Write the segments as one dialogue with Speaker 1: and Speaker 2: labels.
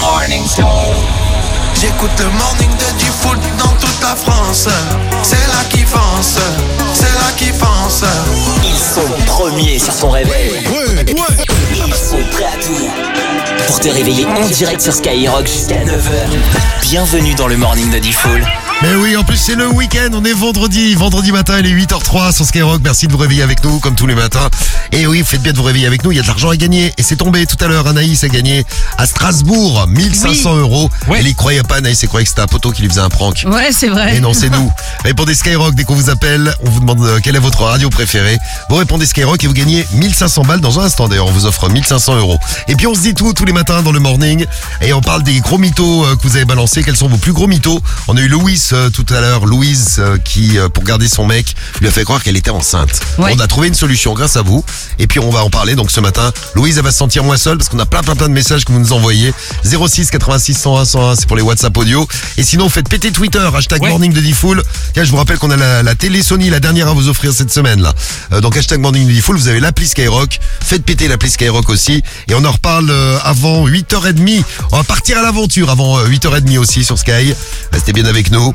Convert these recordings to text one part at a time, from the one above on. Speaker 1: morning show.
Speaker 2: J'écoute le morning de du foot dans toute la France. C'est là qui fonce, c'est là qui fonce.
Speaker 1: Ils sont premiers sur ton réveil.
Speaker 3: Ouais, ouais.
Speaker 1: Ils sont prêts à tout. Pour te réveiller en direct sur Skyrock jusqu'à 9h. Bienvenue dans le morning de Diffoul.
Speaker 3: Mais oui, en plus c'est le week-end, on est vendredi, vendredi matin, il est 8h03 sur Skyrock, merci de vous réveiller avec nous comme tous les matins. Et oui, faites bien de vous réveiller avec nous, il y a de l'argent à gagner. Et c'est tombé tout à l'heure, Anaïs a gagné à Strasbourg 1500 euros.
Speaker 4: Ouais.
Speaker 3: Elle y croyait pas, Anaïs, elle croyait que c'était un poteau qui lui faisait un prank.
Speaker 5: Ouais, c'est vrai.
Speaker 3: Et non, c'est nous. Répondez Skyrock dès qu'on vous appelle. On vous demande euh, quelle est votre radio préférée. Vous répondez Skyrock et vous gagnez 1500 balles dans un instant. D'ailleurs, on vous offre 1500 euros. Et puis, on se dit tout tous les matins dans le morning. Et on parle des gros mythos euh, que vous avez balancés. Quels sont vos plus gros mythos On a eu Louise euh, tout à l'heure. Louise euh, qui, euh, pour garder son mec, lui a fait croire qu'elle était enceinte.
Speaker 5: Ouais.
Speaker 3: On a trouvé une solution grâce à vous. Et puis, on va en parler. Donc, ce matin, Louise, elle va se sentir moins seule parce qu'on a plein, plein, plein de messages que vous nous envoyez. 06 86 101 101, c'est pour les WhatsApp audio. Et sinon, faites péter Twitter. Hashtag
Speaker 4: Ouais.
Speaker 3: morning morning de Diffoul. Tiens, je vous rappelle qu'on a la, la télé Sony, la dernière à vous offrir cette semaine là. Euh, donc hashtag morning de Diffoul, vous avez l'appli Skyrock. Faites péter l'appli Skyrock aussi. Et on en reparle euh, avant 8h30. On va partir à l'aventure avant euh, 8h30 aussi sur Sky. Restez bien avec nous.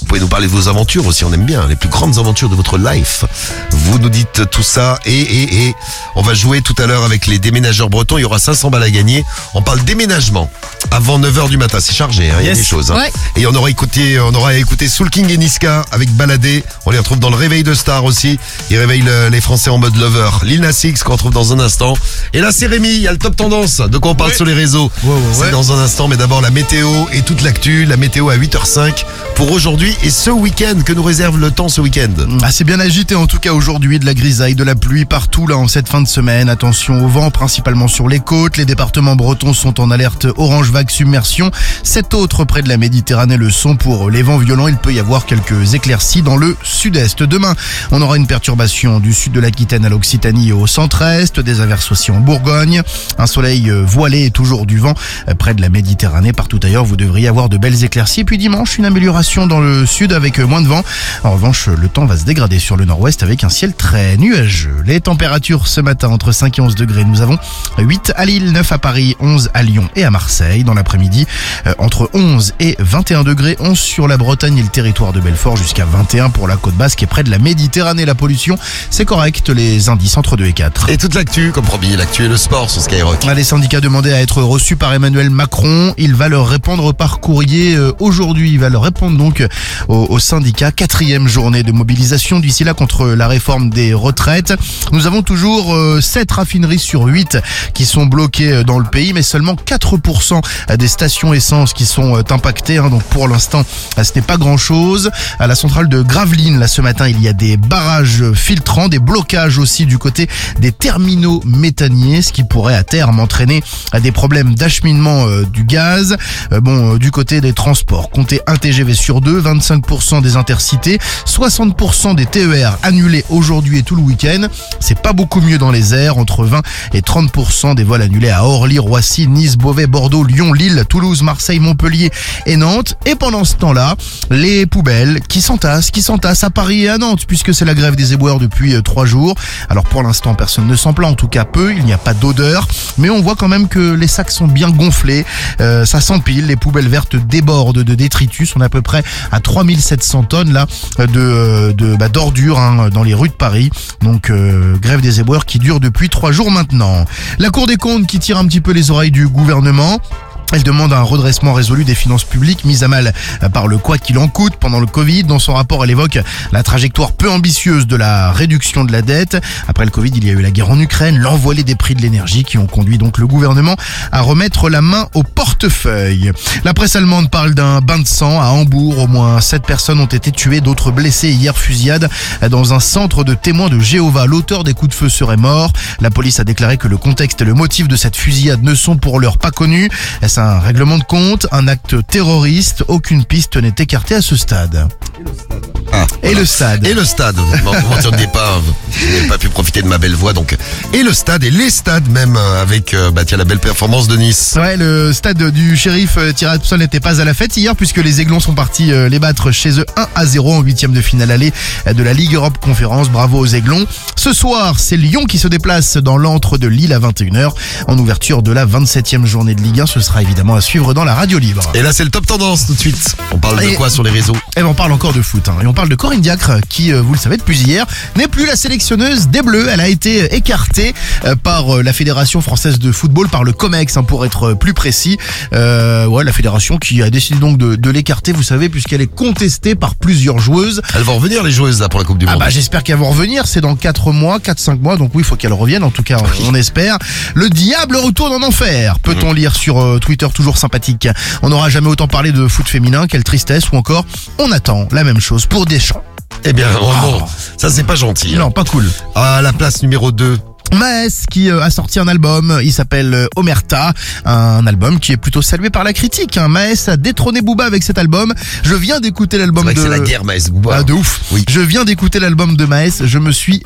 Speaker 3: Vous pouvez nous parler de vos aventures aussi, on aime bien. hein, Les plus grandes aventures de votre life. Vous nous dites tout ça et, et, et. On va jouer tout à l'heure avec les déménageurs bretons. Il y aura 500 balles à gagner. On parle déménagement avant 9h du matin. C'est chargé, hein, il y a
Speaker 4: Yes.
Speaker 3: des choses. hein.
Speaker 5: Ouais.
Speaker 3: Et on aura écouté, on aura écouté Soul King et Niska avec Baladé. On les retrouve dans le Réveil de Star aussi. Ils réveillent le- les Français en mode lover. Lil Nas X qu'on retrouve dans un instant. Et là, c'est Rémi. Il y a le top tendance. De quoi on parle
Speaker 4: Ouais.
Speaker 3: sur les réseaux.
Speaker 4: ouais,
Speaker 3: c'est
Speaker 4: ouais.
Speaker 3: dans un instant, mais d'abord la météo et toute l'actu. La météo à 8h05 pour aujourd'hui et ce week-end que nous réserve le temps ce week-end.
Speaker 4: Ah, c'est bien agité en tout cas aujourd'hui, de la grisaille, de la pluie partout là en cette fin de semaine. Attention au vent, principalement sur les côtes. Les départements bretons sont en alerte orange vague submersion. Sept autres près de la Méditerranée le sont pour les vents violents. Il peut y avoir quelques éclaircies dans le sud-est. Demain, on aura une perturbation du sud de l'Aquitaine à l'Occitanie et au centre-est. Des averses aussi en Bourgogne. Un soleil euh, voilé et toujours du vent euh, près de la Méditerranée. Partout ailleurs, vous devriez avoir de belles éclaircies. Puis dimanche, une amélioration dans le sud avec euh, moins de vent. En revanche, le temps va se dégrader sur le nord-ouest avec un ciel très nuageux. Les températures ce matin entre 5 et 11 degrés. Nous avons 8 à Lille, 9 à Paris, 11 à Lyon et à Marseille. Dans l'après-midi, euh, entre 11 et 21 degrés. 11 sur la Bretagne et le territoire de Belfort jusqu'à 21 pour la côte basque et près de la Méditerranée. La pollution, c'est correct. Les indices entre 2 et 4.
Speaker 3: Et toute l'actu, comme promis, l'actu et le sport sur Skyrock.
Speaker 4: Ah, Les syndicats demandaient à être reçus par Emmanuel Macron. Il va leur répondre par courrier euh, aujourd'hui. Il va leur répondre donc euh, aux, aux syndicats. Quatrième journée de mobilisation d'ici là contre la réforme des retraites. Nous avons toujours euh, sept raffineries sur 8 qui sont bloquées euh, dans le pays, mais seulement 4% des stations essence qui sont euh, impactées. hein. donc pour l'instant, euh, ce n'est pas grand-chose. À la centrale de Gravelines, là ce matin, il y a des barrages euh, filtrants, des blocages aussi du côté des terminaux méthaniers, ce qui pourrait à terme entraîner à des problèmes d'acheminement euh, du gaz. Euh, bon, euh, du côté des transports, comptez 1 TGV sur 2, 25% des intercités, 60% des TER annulés aujourd'hui et tout le week-end. C'est pas beaucoup mieux dans les airs, entre 20 et 30% des vols annulés à Orly, Roissy, Nice, Beauvais, Bordeaux, Lyon, Lille, Toulouse, Marseille, Montpellier et Nantes. Et pendant ce temps-là, les poubelles qui s'entassent, qui s'entassent à Paris et à Nantes, puisque c'est la grève des éboueurs depuis euh, trois jours. Alors pour l'instant, personne ne s'en plaint, en tout cas peu, il n'y a pas d'odeur, mais on voit quand même que les sacs sont bien gonflés, euh, ça s'empile, les poubelles vertes débordent de détritus, on est à peu près à 3700 tonnes là euh, de euh, de- bah, d'ordures hein, dans les rues de Paris. Donc euh, grève des éboueurs qui dure depuis trois jours maintenant. La Cour des comptes qui tire un petit peu les oreilles du gouvernement. Elle demande un redressement résolu des finances publiques mises à mal par le quoi qu'il en coûte pendant le Covid. Dans son rapport, elle évoque la trajectoire peu ambitieuse de la réduction de la dette. Après le Covid, il y a eu la guerre en Ukraine, l'envolée des prix de l'énergie qui ont conduit donc le gouvernement à remettre la main au portefeuille. La presse allemande parle d'un bain de sang à Hambourg. Au moins sept personnes ont été tuées, d'autres blessées hier fusillade dans un centre de témoins de Jéhovah. L'auteur des coups de feu serait mort. La police a déclaré que le contexte et le motif de cette fusillade ne sont pour l'heure pas connus. Est-ce un règlement de compte, un acte terroriste Aucune piste n'est écartée à ce stade.
Speaker 3: Ah,
Speaker 4: Et
Speaker 3: voilà.
Speaker 4: le stade.
Speaker 3: Et le stade. Bon, vous m'entendez pas. Je n'ai pas pu profiter de ma belle voix, donc. Et le stade, et les stades même, euh, avec, euh, bah, tiens, la belle performance de Nice.
Speaker 4: Ouais, le stade du shérif euh, Tiraspol n'était pas à la fête hier puisque les Aiglons sont partis euh, les battre chez eux 1 à 0 en huitième de finale aller de la Ligue Europe Conférence. Bravo aux Aiglons. Ce soir, c'est Lyon qui se déplace dans l'antre de Lille à 21h en ouverture de la 27e journée de Ligue 1. Ce sera évidemment à suivre dans la radio libre.
Speaker 3: Et là, c'est le top tendance tout de suite. On parle de
Speaker 4: Et-
Speaker 3: quoi sur les réseaux
Speaker 4: Et on parle encore de foot. hein. Et on parle de Corinne Diacre, qui, euh, vous le savez depuis hier, n'est plus la sélectionneuse des Bleus. Elle a été euh, écartée euh, par euh, la Fédération française de football, par le COMEX, hein, pour être euh, plus précis. Euh, ouais, la fédération qui a décidé donc de, de l'écarter, vous savez, puisqu'elle est contestée par plusieurs joueuses.
Speaker 3: Elles vont revenir les joueuses là pour la Coupe du
Speaker 4: Ah
Speaker 3: Monde.
Speaker 4: bah j'espère qu'elles vont revenir, c'est dans 4 mois, 4-5 mois, donc oui, il faut qu'elles reviennent, en tout cas on espère. Le diable retourne en enfer, peut-on lire sur euh, Twitter, toujours sympathique. On n'aura jamais autant parlé de foot féminin, quelle tristesse, ou encore, on attend la même chose pour Deschamps.
Speaker 3: eh bien, vraiment,
Speaker 4: Oh.
Speaker 3: ça c'est pas gentil. hein.
Speaker 4: Non, pas cool.
Speaker 3: À la place numéro 2,
Speaker 4: Maes qui euh, a sorti un album, il s'appelle euh, Omerta, un album qui est plutôt salué par la critique. Hein. Maes a détrôné Booba avec cet album. Je viens d'écouter
Speaker 3: c'est
Speaker 4: l'album
Speaker 3: vrai
Speaker 4: de...
Speaker 3: que c'est la guerre, Maes.
Speaker 4: Ah, de ouf.
Speaker 3: Oui.
Speaker 4: Je viens d'écouter l'album de Maes, je me suis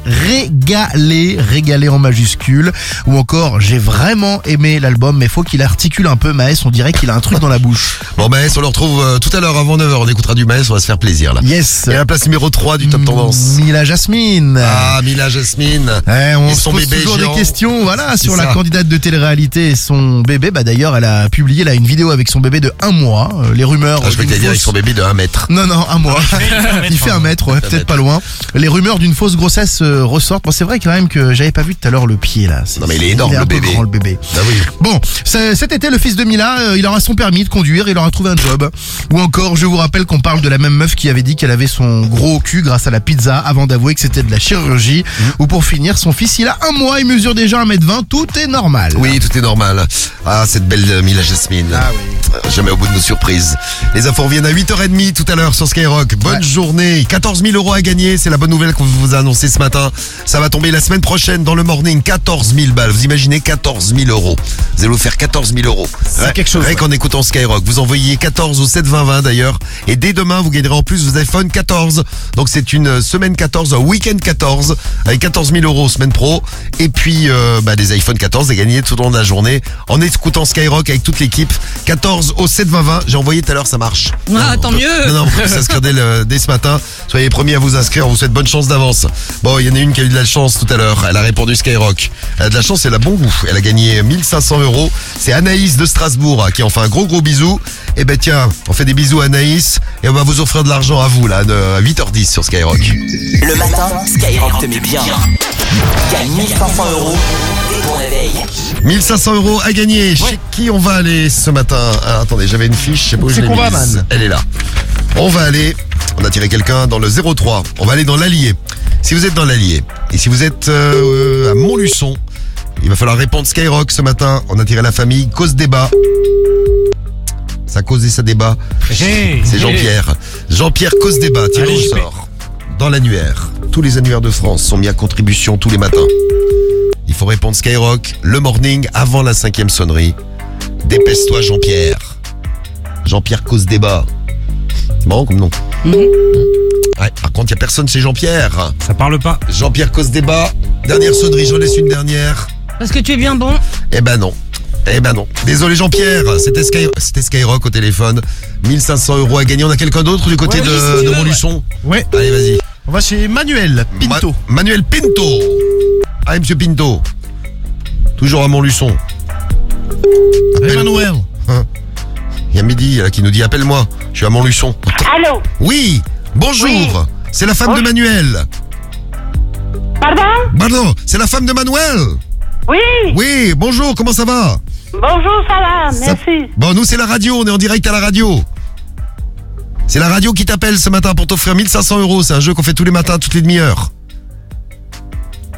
Speaker 4: régalé, régalé en majuscule. Ou encore, j'ai vraiment aimé l'album, mais faut qu'il articule un peu Maes, on dirait qu'il a un truc dans la bouche.
Speaker 3: Bon, Maes, on le retrouve euh, tout à l'heure avant 9h. On écoutera du Maes, on va se faire plaisir là.
Speaker 4: Yes. Mm.
Speaker 3: Et à la place numéro 3 du top tendance.
Speaker 4: Mila Jasmine.
Speaker 3: Ah, Mila Jasmine.
Speaker 4: Eh, on
Speaker 3: Et
Speaker 4: se
Speaker 3: son
Speaker 4: pose
Speaker 3: bébé
Speaker 4: toujours
Speaker 3: géant.
Speaker 4: des questions, voilà,
Speaker 3: C'est
Speaker 4: sur la
Speaker 3: ça.
Speaker 4: candidate de télé-réalité et son bébé. Bah d'ailleurs, elle a publié là une vidéo avec son bébé de un mois. Euh, les rumeurs.
Speaker 3: Ah, je vais
Speaker 4: d'une
Speaker 3: te dire,
Speaker 4: fausse-
Speaker 3: avec son bébé de 1 mètre.
Speaker 4: Non non, un mois. Il fait
Speaker 3: hein.
Speaker 4: un mètre, ouais, peut-être pas loin. Les rumeurs d'une fausse grossesse euh, ressortent. Bon, c'est vrai quand même que j'avais pas vu tout à l'heure le pied là. C'est-
Speaker 3: Non, mais il est énorme,
Speaker 4: un
Speaker 3: le
Speaker 4: peu
Speaker 3: bébé.
Speaker 4: grand, le bébé.
Speaker 3: Ah oui.
Speaker 4: Bon, c'est- cet été, le fils de Mila, euh, il aura son permis de conduire, il aura trouvé un job. Ou encore, je vous rappelle qu'on parle de la même meuf qui avait dit qu'elle avait son gros cul grâce à la pizza avant d'avouer que c'était de la chirurgie.
Speaker 6: Mhm.
Speaker 4: Ou pour finir, son fils, il a un mois, il mesure déjà 1m20, tout est normal.
Speaker 3: Oui, tout est normal. Ah, cette belle euh, Mila Jasmine.
Speaker 4: Ah oui.
Speaker 3: Euh, Jamais au bout de nos surprises. Les infos reviennent à 8h30 tout à l'heure sur Skyrock. Bonne
Speaker 4: Ouais.
Speaker 3: journée. 14 000 euros à gagner. C'est la bonne nouvelle qu'on vous a annoncée ce matin. Ça va tomber la semaine prochaine dans le morning. 14 000 balles. Vous imaginez 14 000 euros. Vous allez vous faire 14 000 euros.
Speaker 4: C'est quelque chose,
Speaker 3: Rien
Speaker 4: ouais.
Speaker 3: qu'en écoutant Skyrock. Vous envoyez 14 au 7 20 20 d'ailleurs. Et dès demain, vous gagnerez en plus vos iPhone 14. Donc c'est une euh, semaine 14, un week-end 14. Avec 14 000 euros semaine pro. Et puis, euh, bah, des iPhone 14 à gagner tout au long de la journée. En écoutant Skyrock avec toute l'équipe. 14 au 7 20 20. J'ai envoyé tout à l'heure, ça marche.
Speaker 5: Ah, tant mieux.
Speaker 3: Non, non, vous pouvez s'inscrire dès, le- dès ce matin. Soyez les premiers à vous inscrire. On vous souhaite bonne chance d'avance. Bon, il y en a une qui a eu de la chance tout à l'heure. Elle a répondu Skyrock. Elle a de la chance, elle a bon goût. Elle a gagné 1500 euros. C'est Anaïs de Strasbourg hein, qui en fait un gros gros bisou. Et ben tiens, on fait des bisous à Anaïs et on va vous offrir de l'argent à vous là de- à 8h10 sur Skyrock.
Speaker 1: Le matin, Skyrock te met bien. Gagne 1500 euros dès ton réveil.
Speaker 3: 1500 euros à gagner. Chez qui on va aller ce matin Ah, Attendez, j'avais une fiche, je sais pas où je
Speaker 4: C'est
Speaker 3: l'ai
Speaker 4: qu'on va,
Speaker 3: mise.
Speaker 4: man.
Speaker 3: Elle est là. On va aller, on a tiré quelqu'un dans le 03. On va aller dans l'Allier. Si vous êtes dans l'Allier et si vous êtes euh, euh, à Montluçon, il va falloir répondre Skyrock ce matin. On a tiré la famille, cause débat. Ça cause et ça débat. C'est Jean-Pierre. Jean-Pierre cause débat, tiré au sort. Dans l'annuaire, tous les annuaires de France sont mis à contribution tous les matins. Il faut répondre Skyrock, le morning avant la cinquième sonnerie. Dépêche-toi Jean-Pierre. Jean-Pierre cause débat. C'est marrant comme nom. Mhm. Ouais, par contre, il n'y a personne chez Jean-Pierre.
Speaker 7: Ça parle pas.
Speaker 3: Jean-Pierre cause débat. Dernière sonnerie, j'en laisse une dernière.
Speaker 5: Parce que tu es bien bon.
Speaker 3: Eh ben non. Eh ben non. Désolé Jean-Pierre, c'était Sky- c'était Skyrock au téléphone. 1500 euros à gagner. On a quelqu'un d'autre du côté
Speaker 7: Ouais, oui, si
Speaker 3: de,
Speaker 7: tu
Speaker 3: de
Speaker 7: veux,
Speaker 3: Montluçon
Speaker 4: Ouais.
Speaker 3: Allez, vas-y.
Speaker 4: On va chez Manuel Pinto.
Speaker 3: Ma- Manuel Pinto. Allez, monsieur Pinto. Toujours à Montluçon. Hein
Speaker 4: Manuel.
Speaker 3: Il y a Midi euh, qui nous dit appelle-moi. Je suis à Montluçon.
Speaker 8: Allô
Speaker 3: Oui, bonjour. C'est la femme de Manuel.
Speaker 8: Pardon
Speaker 3: Pardon, c'est la femme de Manuel.
Speaker 8: Oui
Speaker 3: Oui, bonjour, comment ça va
Speaker 8: Bonjour, ça va,
Speaker 3: Ça-
Speaker 8: merci.
Speaker 3: Bon, nous, c'est la radio, on est en direct à la radio. C'est la radio qui t'appelle ce matin pour t'offrir 1500 euros. C'est un jeu qu'on fait tous les matins, toutes les demi-heures.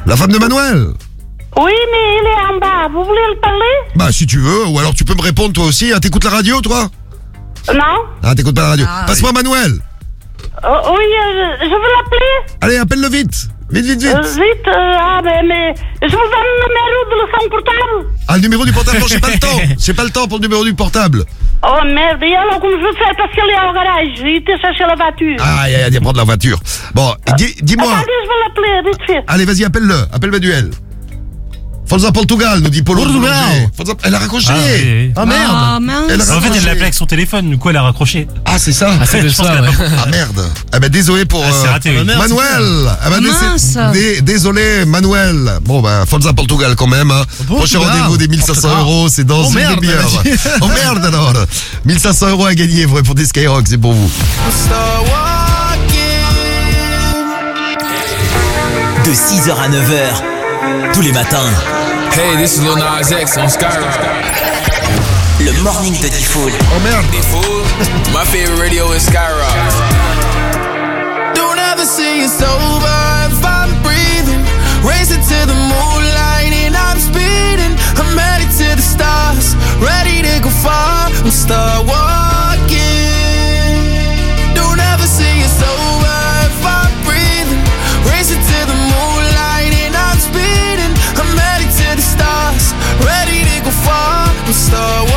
Speaker 3: La femme de Manuel
Speaker 8: Oui, mais il est en bas. Vous voulez le parler
Speaker 3: Bah, si tu veux, ou alors tu peux me répondre toi aussi. hein. T'écoutes la radio, toi
Speaker 8: Non
Speaker 3: Ah, t'écoutes pas la radio. Passe-moi Manuel.
Speaker 8: Euh, Oui, euh, je, je veux l'appeler
Speaker 3: Allez, appelle-le vite. Vite, vite, vite.
Speaker 8: Euh, Vite, euh, ah ben, mais je vous donne le numéro de son portable.
Speaker 3: Ah, le numéro du portable, non, j'ai pas le temps. J'ai pas le temps pour le numéro du portable.
Speaker 8: Oh merde, et alors comment je veux faire parce qu'il est au garage Il était chercher la voiture.
Speaker 3: Ah, il y a à prendre la voiture. Bon, dis- dis-moi.
Speaker 8: Attendez, je vais l'appeler vite fait.
Speaker 3: Allez, vas-y, appelle-le. Appelle Manuel. Forza Portugal, nous dit Polo.
Speaker 4: Portugal.
Speaker 3: Boulanger. Forza- Elle a raccroché.
Speaker 7: Ah, oui, oui.
Speaker 4: Oh merde
Speaker 5: Ah mince.
Speaker 3: Elle a
Speaker 7: En fait, elle
Speaker 3: raccroché.
Speaker 7: l'appelait avec son téléphone, du coup, elle a raccroché.
Speaker 3: Ah, c'est ça.
Speaker 9: Ah, c'est de
Speaker 7: Je pense
Speaker 9: ça,
Speaker 7: qu'elle a
Speaker 9: ouais.
Speaker 3: Ah merde. Eh ben désolé pour
Speaker 7: Ah, c'est
Speaker 3: euh,
Speaker 7: raté, oui.
Speaker 3: Manuel. Ah, ben, dés-
Speaker 5: Mince.
Speaker 3: dé- désolé Manuel. Bon ben Forza Portugal quand même. hein. Prochain
Speaker 4: Portugal.
Speaker 3: rendez-vous des 1500
Speaker 4: Portugal.
Speaker 3: euros, c'est dans
Speaker 4: Oh,
Speaker 3: une
Speaker 4: merde,
Speaker 3: demi-heure.
Speaker 4: elle a dit.
Speaker 3: Oh merde alors. 1500 euros à gagner vous répondez Skyrock, c'est pour vous.
Speaker 2: Start walking.
Speaker 1: De 6h à 9h, tous les matins,
Speaker 9: Hey, this is Lil Nas X on Skyrock.
Speaker 1: le morning de Diffoul.
Speaker 3: Oh merde.
Speaker 9: Fool, my favorite radio is Skyrock.
Speaker 2: Don't ever say it's over if I'm breathing. Racing to the moonlight and I'm speeding. I'm headed to the stars, ready to go far. I'm start walking. Don't ever say it's over if I'm breathing. Racing to the moonlight and I'm speeding. I'm headed to the stars, ready to go far. I'm start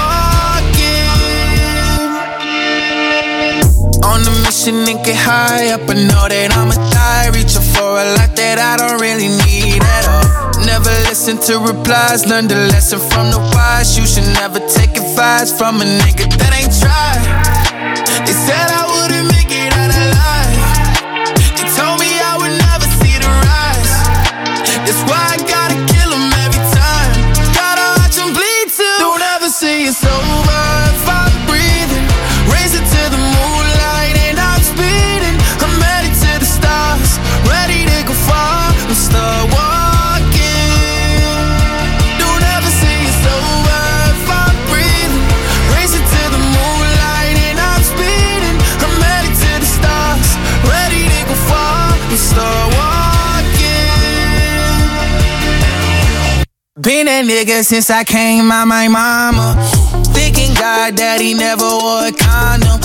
Speaker 2: walking. On a mission and get high up. I know that I'ma die. Reaching for a lot that I don't really need at all. Never listen to replies. Learn the lesson from the wise. You should never take advice from a nigga that ain't tried. They said I wouldn't make it out alive. They told me I would never see the rise. That's why I gotta kill 'em every time. Gotta watch 'em bleed too. Don't ever say it's over if I'm breathing. Racing to the moonlight and I'm speeding. I'm headed to the stars, ready to go far. I'm start walking. Don't ever say it's over if I'm breathing. Racing to the moonlight and I'm speeding. I'm headed to the stars, ready to go far. I'm start walking. Been a nigga since I came out my mama. Thinking God that he never wore a condom.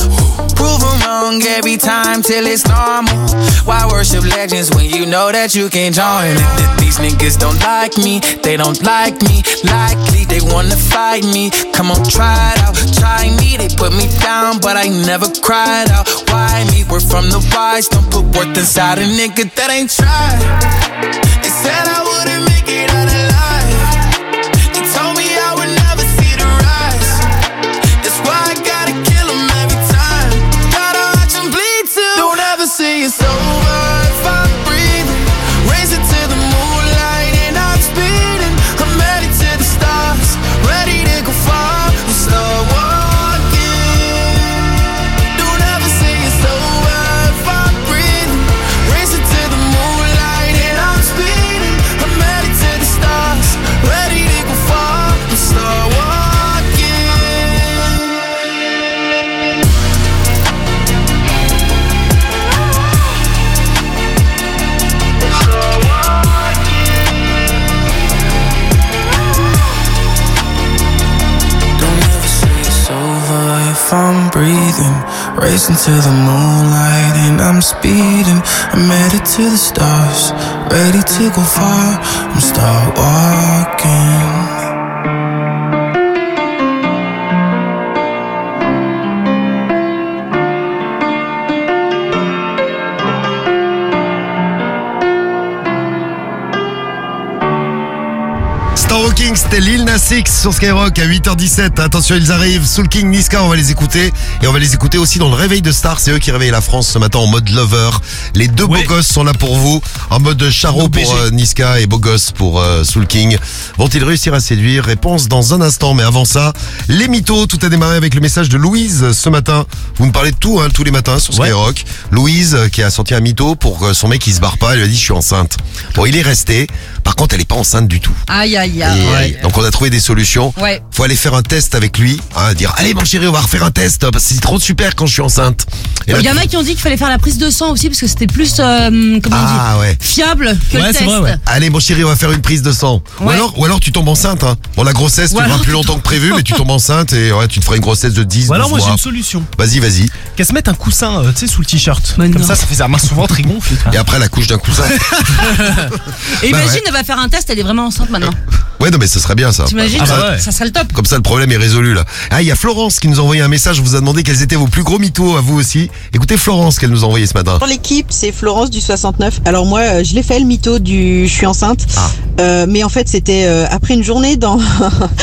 Speaker 2: Prove him wrong every time till it's normal. Why worship legends when you know that you can join? Th- th- These niggas don't like me, they don't like me. Likely they wanna fight me. Come on, try it out, try me. They put me down, but I never cried out. Why me? We're from the wise, don't put worth inside a nigga that ain't tried. They said I wouldn't make it out alive. They told me I would never see the rise. That's why I gotta kill 'em every time. Gotta watch 'em bleed too. Don't ever say it's over if I'm breathing. Racing to the moonlight and I'm speeding. I'm headed to the stars, ready to go far. I'm slow walking. Don't ever say it's over if I'm breathing. Racing to the moonlight and I'm speeding. I'm headed to the stars, ready to go far. I'm slow walking. Don't ever say it's over if I'm breathing. Racing to the moonlight and I'm speeding. I'm headed to the stars, ready to go far. I'm start walking.
Speaker 3: Star Walking, c'était Lil Nas X sur Skyrock à 8h17. Attention, ils arrivent. Soul King, Niska, on va les écouter. Et on va les écouter aussi dans le réveil de Star. C'est eux qui réveillent la France ce matin en mode lover. Les deux
Speaker 7: Ouais.
Speaker 3: beaux gosses sont là pour vous. En mode charro pour euh, Niska et beau gosse pour euh, Soul King. Vont-ils réussir à séduire Réponse dans un instant. Mais avant ça, les mythos. Tout a démarré avec le message de Louise euh, ce matin. Vous me parlez de tout, hein, tous les matins sur
Speaker 7: Ouais.
Speaker 3: Skyrock. Louise euh, qui a sorti un mytho pour euh, son mec qui se barre pas. Elle lui a dit, je suis enceinte. Bon, il est resté. Par contre, elle est pas enceinte du tout.
Speaker 5: Aïe aïe
Speaker 3: Et,
Speaker 5: aïe.
Speaker 3: Donc on a trouvé des solutions.
Speaker 5: euh, Ouais.
Speaker 3: Faut aller faire un test avec lui, hein, dire allez mon chéri on va refaire un test parce que c'est trop super quand je suis enceinte. Et là,
Speaker 5: Il y en a qui ont dit qu'il fallait faire la prise de sang aussi parce que c'était plus euh, comment on dit,
Speaker 3: ah ouais.
Speaker 5: fiable que
Speaker 9: Ouais,
Speaker 5: le
Speaker 9: c'est
Speaker 5: test.
Speaker 9: vrai, ouais.
Speaker 3: Allez mon chéri on va faire une prise de sang. Ou
Speaker 5: Ouais.
Speaker 3: alors ou alors tu tombes enceinte. Hein. Bon la grossesse
Speaker 5: Ou
Speaker 3: tu
Speaker 5: alors
Speaker 3: plus
Speaker 5: tu
Speaker 3: longtemps que prévu mais tu tombes enceinte et ouais tu te feras une grossesse de 10
Speaker 7: Ou alors,
Speaker 3: 12
Speaker 7: moi, j'ai
Speaker 3: mois.
Speaker 7: une solution.
Speaker 3: Vas-y vas-y.
Speaker 7: Qu'elle se mette un coussin, euh, tu sais, sous le t-shirt.
Speaker 5: Mais
Speaker 7: Comme
Speaker 5: Bah, non.
Speaker 7: ça, ça fait ça main souvent très gonfle et tout.
Speaker 3: Et après la couche d'un cousin.
Speaker 5: Et
Speaker 3: Bah
Speaker 5: imagine,
Speaker 3: ouais.
Speaker 5: elle va faire un test, elle est vraiment enceinte maintenant.
Speaker 3: ouais non mais ce serait bien ça.
Speaker 5: T'imagines
Speaker 7: Ah bah
Speaker 5: ça,
Speaker 7: ouais.
Speaker 5: ça serait le top.
Speaker 3: Comme ça, le problème est résolu là. Ah, il y a Florence qui nous a envoyé un message. On vous a demandé quels étaient vos plus gros mythos à vous aussi. Écoutez Florence qu'elle nous a envoyé ce matin.
Speaker 10: Pour l'équipe, c'est Florence du 69. Alors moi, euh, je l'ai fait le mytho du je suis enceinte.
Speaker 3: Ah.
Speaker 10: Euh, mais en fait, c'était euh, après une journée dans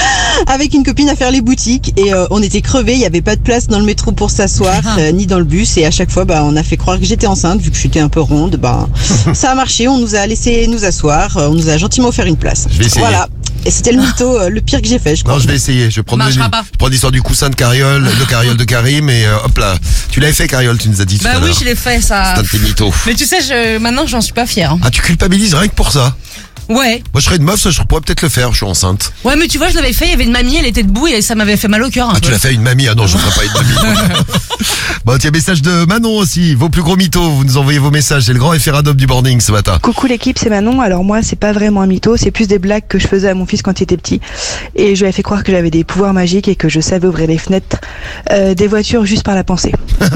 Speaker 10: avec une copine à faire les boutiques et euh, on était crevés, il n'y avait pas de place dans le métro pour s'asseoir
Speaker 3: Ah.
Speaker 10: euh, ni dans le bus et à chaque fois bah on a fait croire que j'étais enceinte vu que j'étais un peu ronde, bah ça a marché, on nous a laissé nous asseoir, euh, on nous a gentiment offert une place.
Speaker 3: Je vais essayer.
Speaker 10: Voilà. Et c'était le mytho euh, le pire que j'ai fait, je crois.
Speaker 3: Non, je vais essayer. Je vais prendre,
Speaker 5: Marchera
Speaker 3: une-
Speaker 5: pas.
Speaker 3: je prends l'histoire du coussin de Cariole, de Cariole de Karim et euh, hop là. Tu l'avais fait Cariole, tu nous as dit tout
Speaker 5: Bah
Speaker 3: à
Speaker 5: oui,
Speaker 3: l'heure.
Speaker 5: je l'ai fait ça.
Speaker 3: C'est un de tes mythos.
Speaker 5: Mais tu sais, je, maintenant, j'en suis pas fière. hein.
Speaker 3: Ah, tu culpabilises rien que pour ça.
Speaker 5: Ouais.
Speaker 3: Moi, je serais une meuf, ça, je pourrais peut-être le faire. Je suis enceinte.
Speaker 5: Ouais, mais tu vois, je l'avais fait, il y avait une mamie, elle était debout et ça m'avait fait mal au cœur. hein. un
Speaker 3: Ah, tu
Speaker 5: peu.
Speaker 3: l'as fait à une mamie. Ah non, je ne ferai pas à une mamie. bon, tiens, message de Manon aussi. Vos plus gros mythos. Vous nous envoyez vos messages. C'est le grand référendum du morning ce matin.
Speaker 11: Coucou l'équipe, c'est Manon. Alors moi, c'est pas vraiment un mytho, c'est plus des blagues que je faisais à mon fils quand il était petit. Et je lui ai fait croire que j'avais des pouvoirs magiques et que je savais ouvrir les fenêtres euh, des voitures juste par la pensée.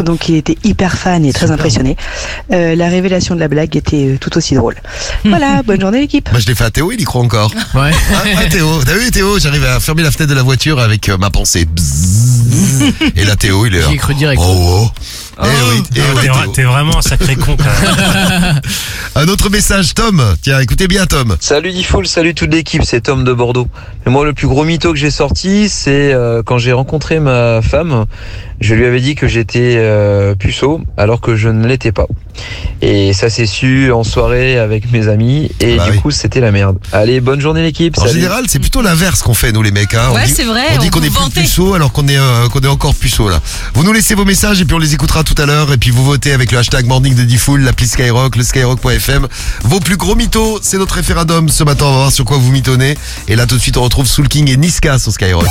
Speaker 11: Donc il était hyper fan et très impressionné. Euh, la révélation de la blague était euh, tout aussi drôle. Voilà, bonne journée l'équipe.
Speaker 3: Moi, je l'ai fait à Théo, il y croit encore.
Speaker 4: Ouais.
Speaker 3: Ah, ah, Théo, t'as vu Théo, j'arrive à fermer la fenêtre de la voiture avec euh, ma pensée. Bzzz. Et là Théo, il est là.
Speaker 4: J'y ai cru direct.
Speaker 3: Oh, oh. Eh oui, eh oui,
Speaker 7: T'es vra-
Speaker 3: Théo.
Speaker 7: T'es vraiment un sacré con, quand même.
Speaker 3: Un autre message, Tom. Tiens, écoutez bien, Tom.
Speaker 6: Salut Difool, salut toute l'équipe, c'est Tom de Bordeaux. Et moi, le plus gros mytho que j'ai sorti, c'est euh, quand j'ai rencontré ma femme. Je lui avais dit que j'étais euh, puceau, alors que je ne l'étais pas. Et ça s'est su en soirée avec mes amis, et
Speaker 3: Bah
Speaker 6: du
Speaker 3: oui.
Speaker 6: coup, c'était la merde. Allez, bonne journée l'équipe.
Speaker 3: En
Speaker 6: salut.
Speaker 3: général, c'est plutôt l'inverse qu'on fait, nous les mecs. hein. On
Speaker 5: Ouais,
Speaker 3: dit-
Speaker 5: c'est vrai,
Speaker 3: On dit
Speaker 5: on
Speaker 3: qu'on
Speaker 5: vous
Speaker 3: est plus
Speaker 5: vantez.
Speaker 3: puceau alors qu'on est, euh, qu'on est encore puceau là. Vous nous laissez vos messages et puis on les écoutera tout à l'heure. Et puis vous votez avec le hashtag Morning de Diffoul, l'appli Skyrock, le Skyrock.fm. Vos plus gros mythos, c'est notre référendum. Ce matin, on va voir sur quoi vous mitonnez. Et là, tout de suite, on retrouve Soul King et Niska sur Skyrock.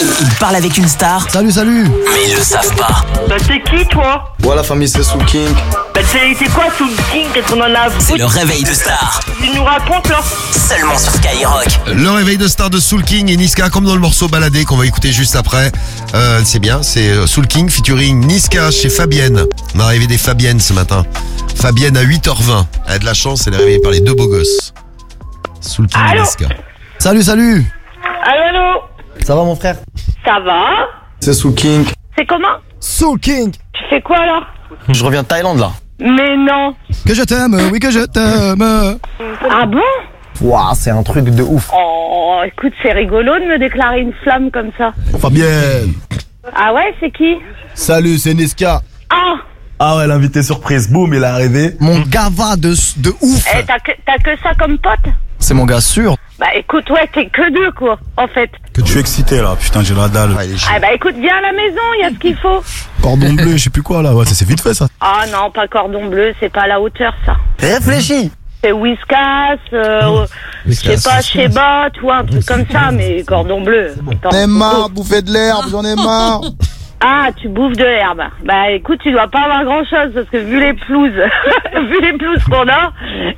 Speaker 1: Ils parlent avec une star,
Speaker 4: Salut, salut
Speaker 1: mais ils le savent pas.
Speaker 8: Bah t'es qui toi
Speaker 6: Voilà famille, c'est Soul King.
Speaker 8: Bah t'es t'es quoi sous le king Qu'est-ce qu'on en a à
Speaker 1: C'est
Speaker 8: foutre
Speaker 1: le réveil de star,
Speaker 8: Tu nous racontes là
Speaker 1: seulement sur Skyrock.
Speaker 3: Le réveil de star de Soul King et Niska, comme dans le morceau baladé qu'on va écouter juste après. Euh, c'est bien, c'est euh, Soul King featuring Niska chez Fabienne. On a arrivé des Fabiennes ce matin. Fabienne à 8h20. Elle a de la chance, elle est réveillée par les deux beaux gosses. Soul King et
Speaker 8: Allô
Speaker 3: Niska.
Speaker 4: Salut, salut
Speaker 8: Allô allô
Speaker 6: Ça va mon frère
Speaker 8: Ça va
Speaker 6: C'est Soul King.
Speaker 8: C'est comment
Speaker 4: Soul King
Speaker 8: Tu fais quoi là
Speaker 6: Je reviens de Thaïlande là.
Speaker 8: Mais non
Speaker 4: Que je t'aime, oui que je t'aime
Speaker 8: Ah bon
Speaker 6: Waouh, c'est un truc de ouf.
Speaker 8: Oh écoute c'est rigolo de me déclarer une flamme comme ça.
Speaker 4: Fabienne
Speaker 8: Ah ouais c'est qui
Speaker 4: Salut, c'est Niska
Speaker 8: Ah
Speaker 6: Ah ouais, l'invité surprise, boum, il est arrivé.
Speaker 4: Mon gava de, de ouf
Speaker 8: Eh, t'as que, t'as que ça comme pote
Speaker 6: C'est mon gars sûr.
Speaker 8: Bah écoute, ouais, t'es que deux, quoi, en fait.
Speaker 6: Je suis excité là, putain, j'ai la dalle.
Speaker 3: Ah, elle est chou-
Speaker 8: Ah bah écoute, viens à la maison, il y a ce qu'il faut.
Speaker 6: Cordon bleu, je sais plus quoi là, ouais, ça c'est vite fait ça.
Speaker 8: Ah non, pas cordon bleu, c'est pas à la hauteur, ça.
Speaker 6: Réfléchis.
Speaker 8: C'est Whiskas, euh, je sais pas, Sheba, tu vois, un truc comme ça, mais cordon bleu. t'en fous d'autres.
Speaker 4: bouffer de l'herbe, j'en ai marre
Speaker 8: Ah, tu bouffes de l'herbe. Bah écoute, tu dois pas avoir grand-chose, parce que vu les pelouses, vu les pelouses qu'on a,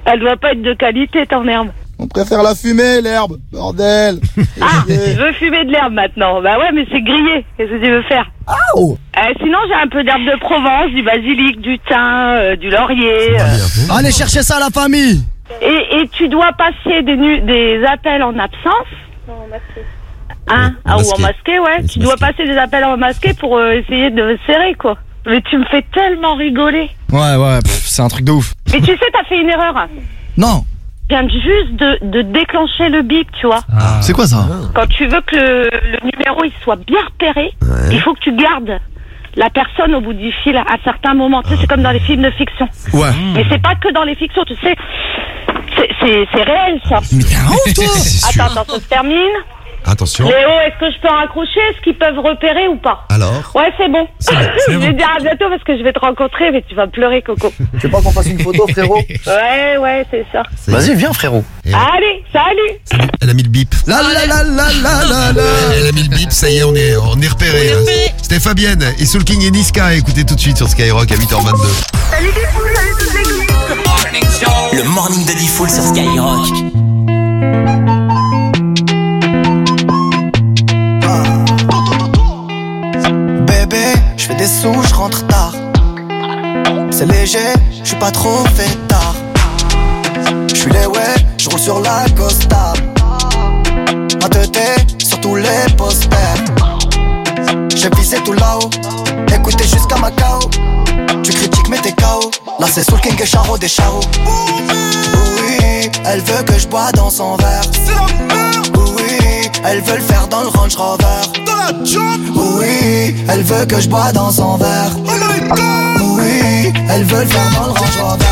Speaker 8: elle doit pas être de qualité, ton herbe.
Speaker 4: On préfère la fumée, l'herbe, bordel
Speaker 8: Ah, je veux fumer de l'herbe maintenant. Bah ouais, mais c'est grillé. Qu'est-ce que tu veux faire Euh, Sinon, j'ai un peu d'herbe de Provence, du basilic, du thym, euh, du laurier. euh.
Speaker 4: Allez chercher ça à la famille
Speaker 8: Et, et tu dois passer des, nu- des appels en absence. Hein
Speaker 3: en
Speaker 8: ah, ou en
Speaker 3: masqué.
Speaker 8: masqué, ouais.
Speaker 3: Oui,
Speaker 8: Tu dois
Speaker 3: masqué.
Speaker 8: passer des appels en masqué pour euh, essayer de serrer, quoi. Mais tu me fais tellement rigoler.
Speaker 4: Ouais, ouais, pff, c'est un truc de ouf
Speaker 8: Mais tu sais, t'as fait une erreur.
Speaker 4: Non
Speaker 8: Je viens juste de, de déclencher le bip, tu vois.
Speaker 6: Ah.
Speaker 4: C'est quoi ça
Speaker 12: Ah.
Speaker 8: Quand tu veux que le, le numéro il soit bien repéré, il faut que tu gardes la personne au bout du fil à certains moments. Tu sais, c'est comme dans les films de fiction.
Speaker 4: Ouais
Speaker 8: Mais c'est pas que dans les fictions, tu sais. C'est, c'est, c'est réel, ça.
Speaker 4: Mais t'es un ouf, toi
Speaker 8: Attends, attends, ça se termine.
Speaker 3: Attention.
Speaker 8: Léo, est-ce que je peux raccrocher Est-ce qu'ils peuvent repérer ou pas
Speaker 3: Alors
Speaker 8: Ouais, c'est bon.
Speaker 7: c'est
Speaker 8: je vais
Speaker 7: bon.
Speaker 8: dire à bientôt parce que je vais te rencontrer, mais tu vas pleurer, Coco.
Speaker 6: Tu veux pas qu'on fasse une photo, frérot
Speaker 8: Ouais, ouais, c'est ça.
Speaker 6: Vas-y, viens, frérot.
Speaker 8: Allez, salut
Speaker 3: Elle a mis le bip.
Speaker 4: La la la la la la la
Speaker 3: Elle a mis le bip, ça y est, on est, on est repéré. hein. C'était Fabienne et Soul King et Niska. Écoutez tout de suite sur Skyrock à 8h22.
Speaker 1: Le morning de Diffoul sur Skyrock.
Speaker 2: Bébé, je fais des sous, je rentre tard. C'est léger, je suis pas trop fait tard. Je suis les ouais, je roule sur la costa. Ma tête sur tous les posters. J'ai visé tout là-haut, écoutez jusqu'à.
Speaker 13: jusqu'à Macao. Tu critiques mais t'es KO. Là c'est Soul King et Charo des Charo. Oui, elle veut que je bois dans son verre. Oui, elle veut le faire dans le Range Rover. Oui, elle veut que je bois dans son verre. Oui, elle veut le faire dans le Range Rover.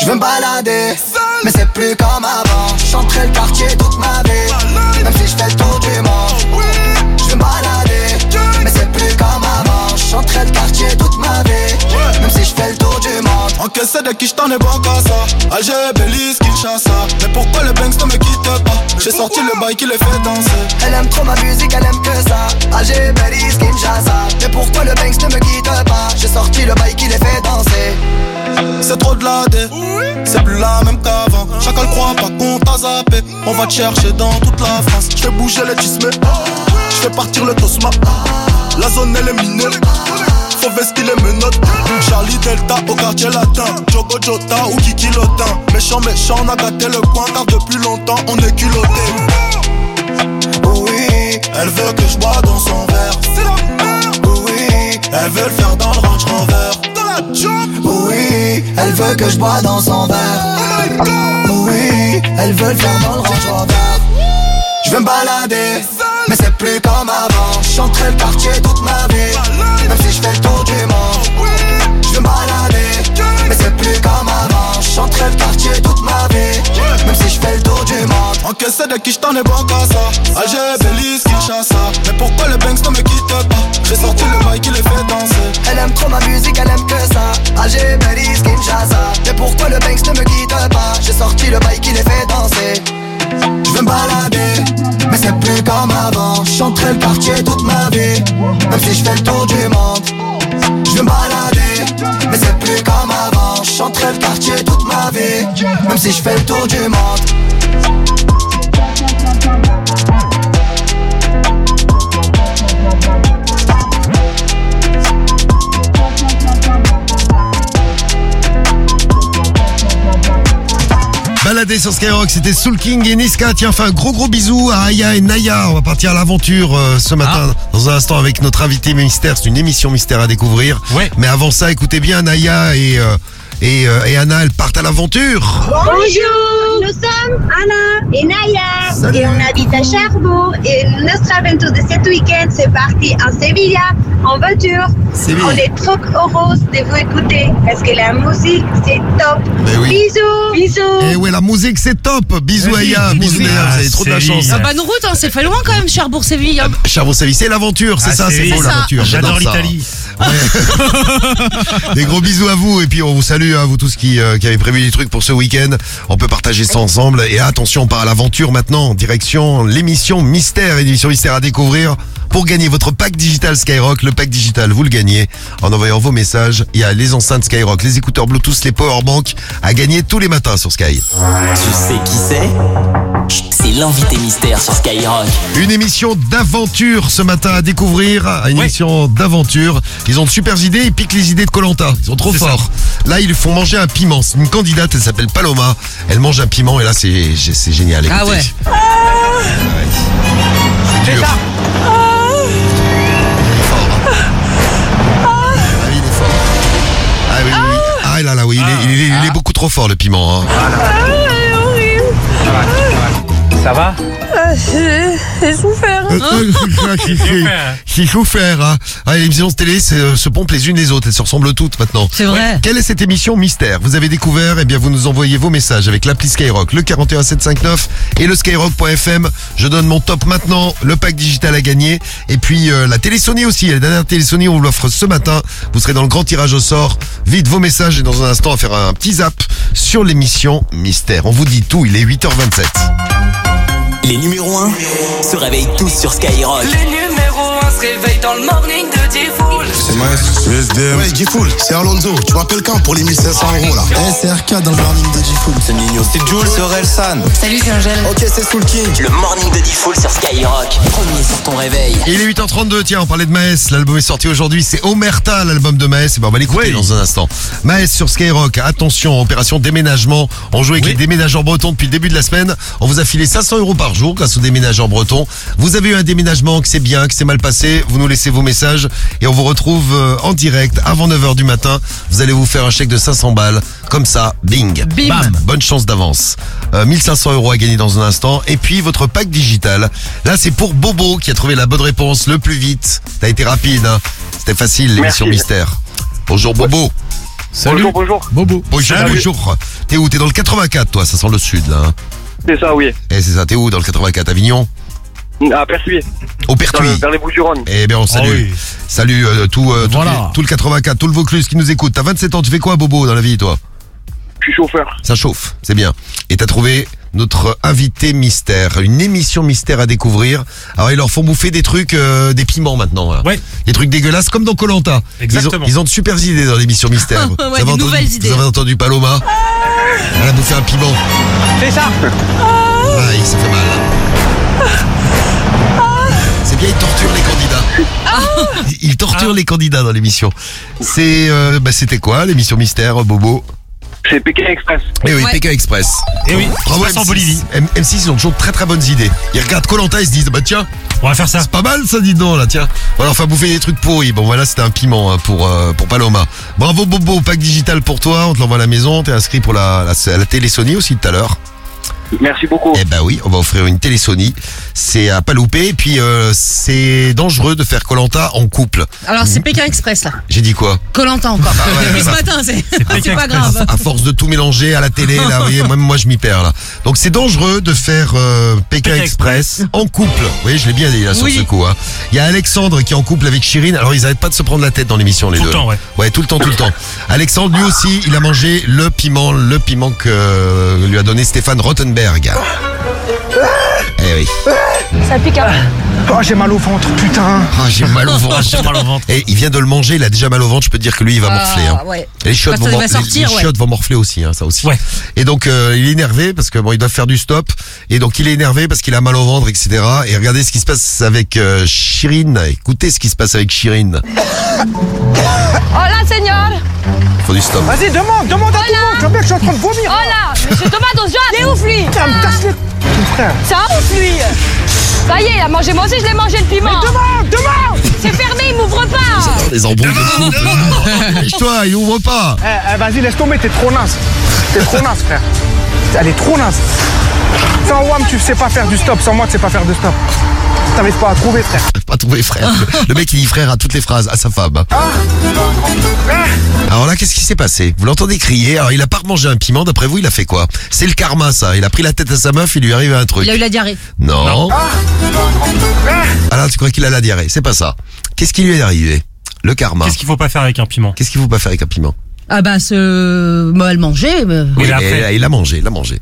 Speaker 13: Je veux me balader, mais c'est plus comme avant. Chanterai le quartier toute ma vie, même si je fais le tour du monde. Je veux me balader, mais c'est plus comme avant. Chanterai le quartier toute ma vie, même si je fais le tour du monde.
Speaker 12: Encaissé de qui j't'en ai bon qu'à ça Alger, Belize, Kinshasa Mais pourquoi le Banks ne me quitte pas J'ai sorti le bail qui les fait danser
Speaker 13: Elle aime trop ma musique, elle aime que ça. Alger, Belize, Kinshasa. Mais pourquoi le Banks ne me quitte pas J'ai sorti le bail qui les fait danser.
Speaker 12: C'est trop de la dé C'est plus la même qu'avant Chacun croit pas qu'on t'a zappé On va te chercher dans toute la France J'fais bouger les tismes J'fais partir le tosma La zone elle est minée Faut vestir les menottes Charlie Delta au quartier latin Jogo Jota ou Kiki Lotin Méchant méchant on a gâté le coin Car depuis longtemps on est culotté
Speaker 13: Oui,
Speaker 12: elle veut que je bois dans son verre
Speaker 13: Oui,
Speaker 12: elle veut le faire dans le Range Rover
Speaker 13: Oui, elle veut que je bois dans son verre. Oh Oui, elle veut le faire dans le range Rover. Je veux me balader, mais c'est plus comme avant. Je chanterai le quartier toute ma vie, même si je fais le tour du monde. Je veux me balader, mais c'est plus comme avant. Je chanterai le quartier toute ma vie, même si je fais le tour du monde.
Speaker 12: Encaissé de qui j't'en ai bon qu'à ça Alger, Belize, Kinshasa Mais pourquoi le Banks ne me quitte pas J'ai sorti le bail qui les fait danser
Speaker 13: Elle aime trop ma musique, elle aime que ça. Alger, Belize, Kinshasa. Mais pourquoi le Banks ne me quitte pas J'ai sorti le bail qui les fait danser. Je veux me balader, mais c'est plus comme avant. Je chanterai le quartier toute ma vie, même si je fais le tour du monde. Je veux me balader, mais c'est plus comme avant. Je chanterai le quartier toute ma vie, même si je fais le tour du monde.
Speaker 3: Baladé sur Skyrock, c'était Soul King et Niska. Tiens, enfin, gros gros bisous à Aya et Naya. On va partir à l'aventure euh, ce matin, dans un instant, avec notre invité mystère. C'est une émission mystère à découvrir. Mais avant ça, écoutez bien, Naya et, euh, et, euh, et Anna, elles partent à l'aventure.
Speaker 14: Bonjour, nous sommes Anna et Naya et on habite à Cherbourg et notre aventure de ce week-end c'est parti en Séville en voiture.
Speaker 15: Séville.
Speaker 14: On est trop heureuse de vous écouter parce que la musique c'est top. Bisous, bisous.
Speaker 3: Et ouais, la musique, c'est top. Bisous, Aya. Bisous, Naya. Vous avez trop de la chance.
Speaker 5: Ah bah nos routes, hein, c'est fait loin quand même, Cherbourg-Séville.
Speaker 3: Ah,
Speaker 5: hein.
Speaker 3: Charbon Séville, c'est l'aventure, c'est
Speaker 5: Ah,
Speaker 3: ça, c'est
Speaker 5: c'est
Speaker 3: beau
Speaker 5: ça.
Speaker 3: l'aventure.
Speaker 5: J'adore
Speaker 3: ça.
Speaker 5: l'Italie.
Speaker 3: Des gros bisous à vous et puis on vous salue à vous tous qui, euh, qui avez prévu des trucs pour ce week-end. On peut partager ça ensemble et attention, on part à l'aventure maintenant, direction l'émission Mystère, une émission Mystère à découvrir pour gagner votre pack digital Skyrock. Le pack digital, vous le gagnez en envoyant vos messages. Il y a les enceintes Skyrock, les écouteurs Bluetooth, les powerbanks à gagner tous les matins sur Sky.
Speaker 1: Tu sais qui c'est C'est l'invité mystère sur Skyrock.
Speaker 3: Une émission d'aventure ce matin à découvrir. Une émission d'aventure. Ils ont de super idées, ils piquent les idées de Colanta. Ils sont trop forts. Là, ils font manger un piment. C'est une candidate, elle s'appelle Paloma. Elle mange un piment et là, c'est c'est- c'est génial.
Speaker 15: Ah
Speaker 3: écoutez.
Speaker 15: ouais.
Speaker 3: C'est dur. Il est fort, hein. Ah, il est fort. Ah oui, oui, oui. Ah là là, oui, il est, il est- il est beaucoup trop fort le piment. hein.
Speaker 15: Ah,
Speaker 6: Ça va
Speaker 16: Ah,
Speaker 15: J'ai souffert.
Speaker 16: hein.
Speaker 8: Hein
Speaker 3: Euh, euh, c'est- c'est- c'est- C'est souffert. Hein. Ah, les émissions de télé c'est, euh, se pompent les unes les autres. Elles se ressemblent toutes maintenant.
Speaker 5: C'est vrai.
Speaker 3: Ouais. Quelle est cette émission mystère Vous avez découvert Eh bien, vous nous envoyez vos messages avec l'appli Skyrock, le 41759 et le skyrock.fm. Je donne mon top maintenant. Le pack digital à gagner. Et puis, euh, la télé Sony aussi. La dernière télé Sony, on vous l'offre ce matin. Vous serez dans le grand tirage au sort. Vite vos messages et dans un instant, on va faire un petit zap sur l'émission mystère. On vous dit tout. Il est 8h27.
Speaker 1: Les numéros 1 se réveillent tous sur Skyrock.
Speaker 15: Les numéros 1 se réveillent dans le morning de Diffoul.
Speaker 17: C'est Maes, USDM. Ouais, Gifoul, c'est Alonso. Tu m'appelles quand pour les 1500 euros là SRK Eh, dans le morning de Gifoul. C'est mignon. C'est Jules sur Elsan.
Speaker 1: Salut, c'est Angèle. Ok, c'est Soul King. Le morning de Diffoul sur Skyrock. Premier sur ton réveil.
Speaker 3: Il est 8h32, tiens, on parlait de Maes, l'album est sorti aujourd'hui, c'est Omerta l'album de Maes, et ben, on va l'écouter dans un instant. Maes sur Skyrock, attention, opération déménagement, on joue avec les déménageurs bretons depuis le début de la semaine, on vous a filé 500 euros par jour grâce aux déménageurs bretons, vous avez eu un déménagement que c'est bien, que c'est mal passé, vous nous laissez vos messages et on vous retrouve euh, en direct avant 9h du matin. Vous allez vous faire un chèque de 500 balles. Comme ça, bing.
Speaker 5: Bim.
Speaker 3: Bam. Bonne chance d'avance. Euh, 1500 euros à gagner dans un instant. Et puis votre pack digital. Là, c'est pour Bobo qui a trouvé la bonne réponse le plus vite. T'as été rapide. hein. C'était facile, l'émission
Speaker 18: Merci.
Speaker 3: mystère. Bonjour Bobo.
Speaker 18: Bonjour, bonjour.
Speaker 3: Bobo. Bonjour,
Speaker 18: Salut.
Speaker 3: bonjour. T'es où T'es dans le 84, toi Ça sent le sud, là. hein.
Speaker 18: C'est ça, oui.
Speaker 3: Eh, c'est ça, t'es où dans le 84 Avignon
Speaker 18: À Pertuis.
Speaker 3: Au Pertuis.
Speaker 18: Dans, le- dans les Bouches-du-Rhône. Ah
Speaker 3: Eh bien, on salue. Salut euh, tout, euh, tout
Speaker 18: Voilà.
Speaker 3: les- tout le 84, tout le Vaucluse qui nous écoute. T'as 27 ans, tu fais quoi, Bobo, dans la vie, toi
Speaker 18: Je suis chauffeur.
Speaker 3: Ça chauffe, c'est bien. Et t'as trouvé notre invité mystère, une émission mystère à découvrir. Alors, ils leur font bouffer des trucs, euh, des piments maintenant. là. Des trucs dégueulasses, comme dans Colanta. Ils
Speaker 7: Exactement.
Speaker 3: ont, ils ont de super idées dans l'émission mystère.
Speaker 7: Ouais,
Speaker 3: vous,
Speaker 7: des
Speaker 3: avez entendu,
Speaker 7: nouvelles idées.
Speaker 3: vous avez entendu Paloma Elle a bouffé un piment.
Speaker 18: C'est ça.
Speaker 7: Oh.
Speaker 3: Aïe, ça fait mal. C'est bien, ils torturent les candidats. Ils- Ils torturent
Speaker 18: Ah.
Speaker 3: les candidats dans l'émission. C'est, euh, bah, c'était quoi l'émission mystère, Bobo
Speaker 18: C'est Pékin Express.
Speaker 3: Eh oui,
Speaker 18: Ouais.
Speaker 3: Pékin Express.
Speaker 18: Eh oui,
Speaker 3: bravo
Speaker 18: ça se passe en
Speaker 3: M6.
Speaker 18: Bolivie.
Speaker 3: M- M6, ils ont toujours de très très bonnes idées. Ils regardent Colanta, ils se disent, bah tiens, on va faire ça. C'est pas mal ça, dis donc là, tiens. On va leur faire bouffer des trucs pourris. Bon, voilà, c'était un piment hein, pour euh, pour Paloma. Bravo Bobo, pack digital pour toi. On te l'envoie à la maison. T'es inscrit pour la la, la télé Sony aussi tout à l'heure.
Speaker 18: Merci beaucoup.
Speaker 3: Eh ben oui, on va offrir une télé Sony. C'est à pas louper. Et puis euh, c'est dangereux de faire Colanta en couple. Mmh.
Speaker 5: Alors, c'est Pékin Express, là.
Speaker 3: J'ai dit quoi
Speaker 5: Colanta encore.
Speaker 3: Bah ouais,
Speaker 5: Mais ce
Speaker 3: bah-
Speaker 5: matin, c'est c'est pas grave.
Speaker 3: À force de tout mélanger à la télé, là, vous voyez, même moi je m'y perds là. Donc c'est dangereux de faire euh, Pékin Express en couple. Vous voyez, je l'ai bien dit là sur
Speaker 18: Oui.
Speaker 3: ce coup. hein. Il y a Alexandre qui est en couple avec Chirine. Alors ils n'arrêtent pas de se prendre la tête dans l'émission les
Speaker 7: Tout le
Speaker 3: deux.
Speaker 7: temps, ouais.
Speaker 3: tout le temps, tout le temps. Alexandre lui aussi, il a mangé le piment, le piment que euh, lui a donné Stéphane Rottenberg. Eh oui.
Speaker 16: Ça pique à... Oh, j'ai mal au ventre, putain.
Speaker 3: Ah, j'ai mal au ventre.
Speaker 16: J'ai mal au ventre.
Speaker 3: Et il vient de le manger, il a déjà mal au ventre. Je peux te dire que lui, il va
Speaker 16: Ah,
Speaker 3: morfler. hein.
Speaker 16: ouais.
Speaker 3: Et les chiottes,
Speaker 16: Quand
Speaker 3: vont,
Speaker 16: il va
Speaker 3: mor- les-
Speaker 16: sortir,
Speaker 3: les
Speaker 16: ouais.
Speaker 3: chiottes vont morfler aussi, hein, ça aussi. Et donc, euh, il est énervé parce que bon, ils doivent faire du stop. Et donc, il est énervé parce qu'il a mal au ventre, etc. Et regardez ce qui se passe avec euh, Chirine. Écoutez ce qui se passe avec Chirine.
Speaker 16: Hola, señor.
Speaker 3: Ils font du stop.
Speaker 16: Vas-y, demande, demande à tout le monde. Je vois bien que je suis en train de vomir. Hola, monsieur Thomas, dos Il est ouf, lui. Putain, me casse les... Mon frère. C'est un ouf, lui. Ça y est, il a mangé. Moi aussi, je l'ai mangé, le piment. Mais demande, demande. C'est fermé, il m'ouvre pas.
Speaker 3: Les embrouilles de couple. Lèche-toi, il ouvre pas.
Speaker 16: Eh, eh, vas-y, laisse tomber, t'es trop naze. T'es trop naze, frère. Elle est trop naze. Sans WAM, tu sais pas faire du stop. Sans moi, tu sais pas faire de stop. T'arrives pas à trouver, frère.
Speaker 3: Pas trouvé frère. Le- Le mec, il dit frère à toutes les phrases, à sa femme. Alors là, qu'est-ce qui s'est passé Vous l'entendez crier. Alors, il a pas remangé un piment. D'après vous, il a fait quoi C'est le karma, ça. Il a pris la tête à sa meuf, il lui arrive un truc.
Speaker 5: Il a eu la diarrhée.
Speaker 3: Non. Ah là, tu crois qu'il a la diarrhée C'est pas ça. Qu'est-ce qui lui est arrivé Le karma. Qu'est-ce qu'il faut pas faire avec un piment Qu'est-ce qu'il faut pas faire avec un piment
Speaker 5: Ah bah, ce. euh, Mal manger. mais-
Speaker 3: Oui, mais elle- il a mangé, il a mangé.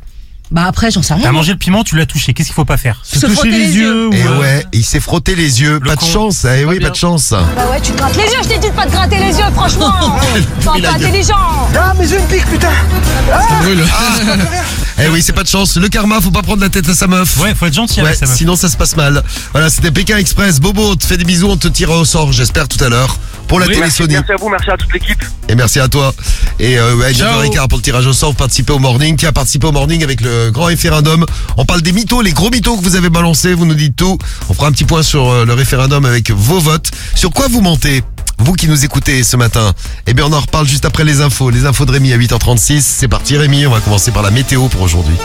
Speaker 5: Bah, après, j'en sais rien.
Speaker 7: T'as mangé le piment, tu l'as touché. Qu'est-ce qu'il faut pas faire
Speaker 5: Se Se toucher frotter les les yeux, euh,
Speaker 3: Et Eh ouais, il s'est frotté les yeux. pas de chance. Eh oui, pas de chance.
Speaker 5: Ah
Speaker 16: Bah ouais, tu te grattes les yeux, je t'ai dit de pas te gratter les yeux, franchement.
Speaker 3: Il
Speaker 16: T'es
Speaker 3: a
Speaker 16: pas
Speaker 3: gueule.
Speaker 16: intelligent. Ah, mes yeux me piquent, putain.
Speaker 5: Ah
Speaker 3: Eh oui, c'est pas de chance. Le karma, faut pas prendre la tête à sa meuf. Ouais, faut être gentil
Speaker 7: avec sa meuf.
Speaker 3: Sinon, ça se passe mal. Voilà, c'était Pékin Express. Bobo, on te fait des bisous, on te tire au sort, j'espère, tout à l'heure. Pour la
Speaker 18: Oui,
Speaker 3: télé
Speaker 18: merci,
Speaker 3: Sony.
Speaker 18: Merci à vous, merci à toute l'équipe.
Speaker 3: Et merci à toi. Et euh, ouais,
Speaker 18: Ciao.
Speaker 3: Jean Ricard pour le tirage au sort, vous participez au morning. Qui a participé au morning avec le grand référendum On parle des mythos, les gros mythos que vous avez balancés, vous nous dites tout. On fera un petit point sur euh, le référendum avec vos votes. Sur quoi vous mentez vous qui nous écoutez ce matin, eh bien on en reparle juste après les infos. Les infos de Rémi à 8h36. C'est parti Rémi, on va commencer par la météo pour aujourd'hui.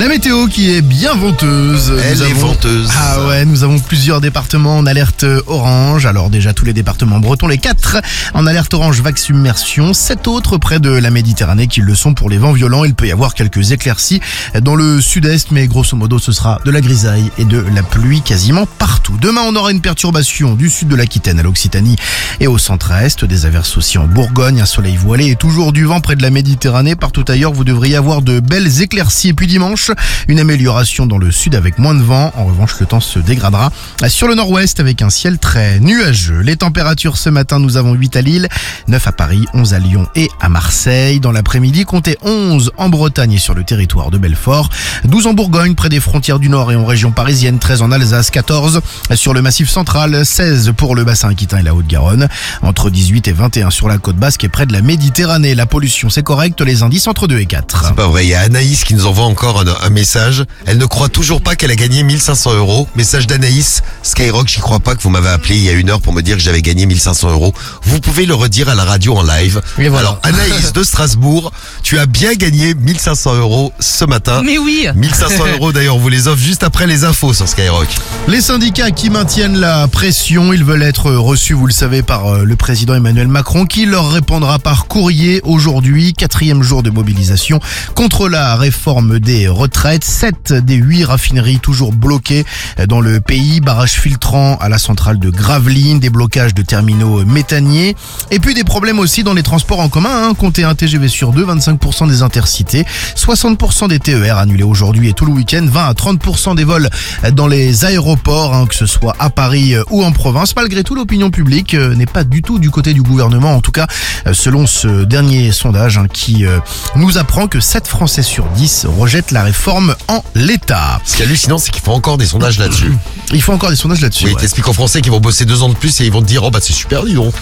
Speaker 4: La météo qui est bien venteuse.
Speaker 3: Elle
Speaker 4: Nous
Speaker 3: est
Speaker 4: avons-
Speaker 3: venteuse.
Speaker 4: Ah ouais, nous avons plusieurs départements en alerte euh, orange. Alors déjà tous les départements bretons, les quatre en alerte orange vague submersion. Sept autres près de la Méditerranée qui le sont pour les vents violents. Il peut y avoir quelques éclaircies dans le sud-est, mais grosso modo ce sera de la grisaille et de la pluie quasiment partout. Demain on aura une perturbation du sud de l'Aquitaine à l'Occitanie et au centre-est. Des averses aussi en Bourgogne, un soleil voilé et toujours du vent près de la Méditerranée. Partout ailleurs vous devriez avoir de belles éclaircies. Et puis dimanche, une amélioration dans le sud avec moins de vent. En revanche, le temps se dégradera sur le nord-ouest avec un ciel très nuageux. Les températures ce matin, nous avons 8 à Lille, 9 à Paris, 11 à Lyon et à Marseille. Dans l'après-midi, comptez 11 en Bretagne et sur le territoire de Belfort, 12 en Bourgogne près des frontières du nord et en région parisienne, 13 en Alsace, 14 sur le massif central, 16 pour le bassin aquitain et la Haute-Garonne, entre 18 et 21 sur la côte basque et près de la Méditerranée. La pollution, c'est correct, les indices entre 2 et 4.
Speaker 3: C'est pas vrai, il y a Anaïs qui nous envoie encore un, un message. Elle ne croit toujours pas qu'elle a gagné 1500 euros. Message d'Anaïs, Skyrock, j'y crois pas que vous m'avez appelé il y a une heure pour me dire que j'avais gagné 1500 euros. Vous pouvez le redire à la radio en live. Alors Anaïs de Strasbourg, tu as bien gagné 1500 euros ce matin.
Speaker 5: Mais oui.
Speaker 3: 1500 euros d'ailleurs, on vous les offre juste après les infos sur Skyrock.
Speaker 4: Les syndicats qui maintiennent la pression, ils veulent être reçus, vous le savez, par euh, le président Emmanuel Macron qui leur répondra par courrier aujourd'hui, quatrième jour de mobilisation contre la réforme des retraites. Sept des huit raffineries toujours bloquées euh, dans le pays, barrages filtrants à la centrale de Gravelines, des blocages de terminaux euh, méthaniers et puis des problèmes aussi dans les transports en commun. Hein. Comptez un TGV sur deux, 25% des intercités, 60% des TER annulés aujourd'hui et tout le week-end, 20 à 30% des vols dans les aéroports, hein, que ce soit à Paris euh, ou en province. Malgré tout, l'opinion publique euh, n'est pas du tout du côté du gouvernement, en tout cas euh, selon ce dernier sondage hein, qui euh, nous apprend que 7 Français sur 10 rejettent la réforme en l'état.
Speaker 3: Ce qui est hallucinant, c'est qu'ils font encore des sondages là-dessus.
Speaker 4: Ils font encore des sondages là-dessus.
Speaker 3: Oui,
Speaker 4: ouais.
Speaker 3: t'expliques aux Français qu'ils vont bosser deux ans de plus et ils vont te dire, oh bah c'est super, dis donc.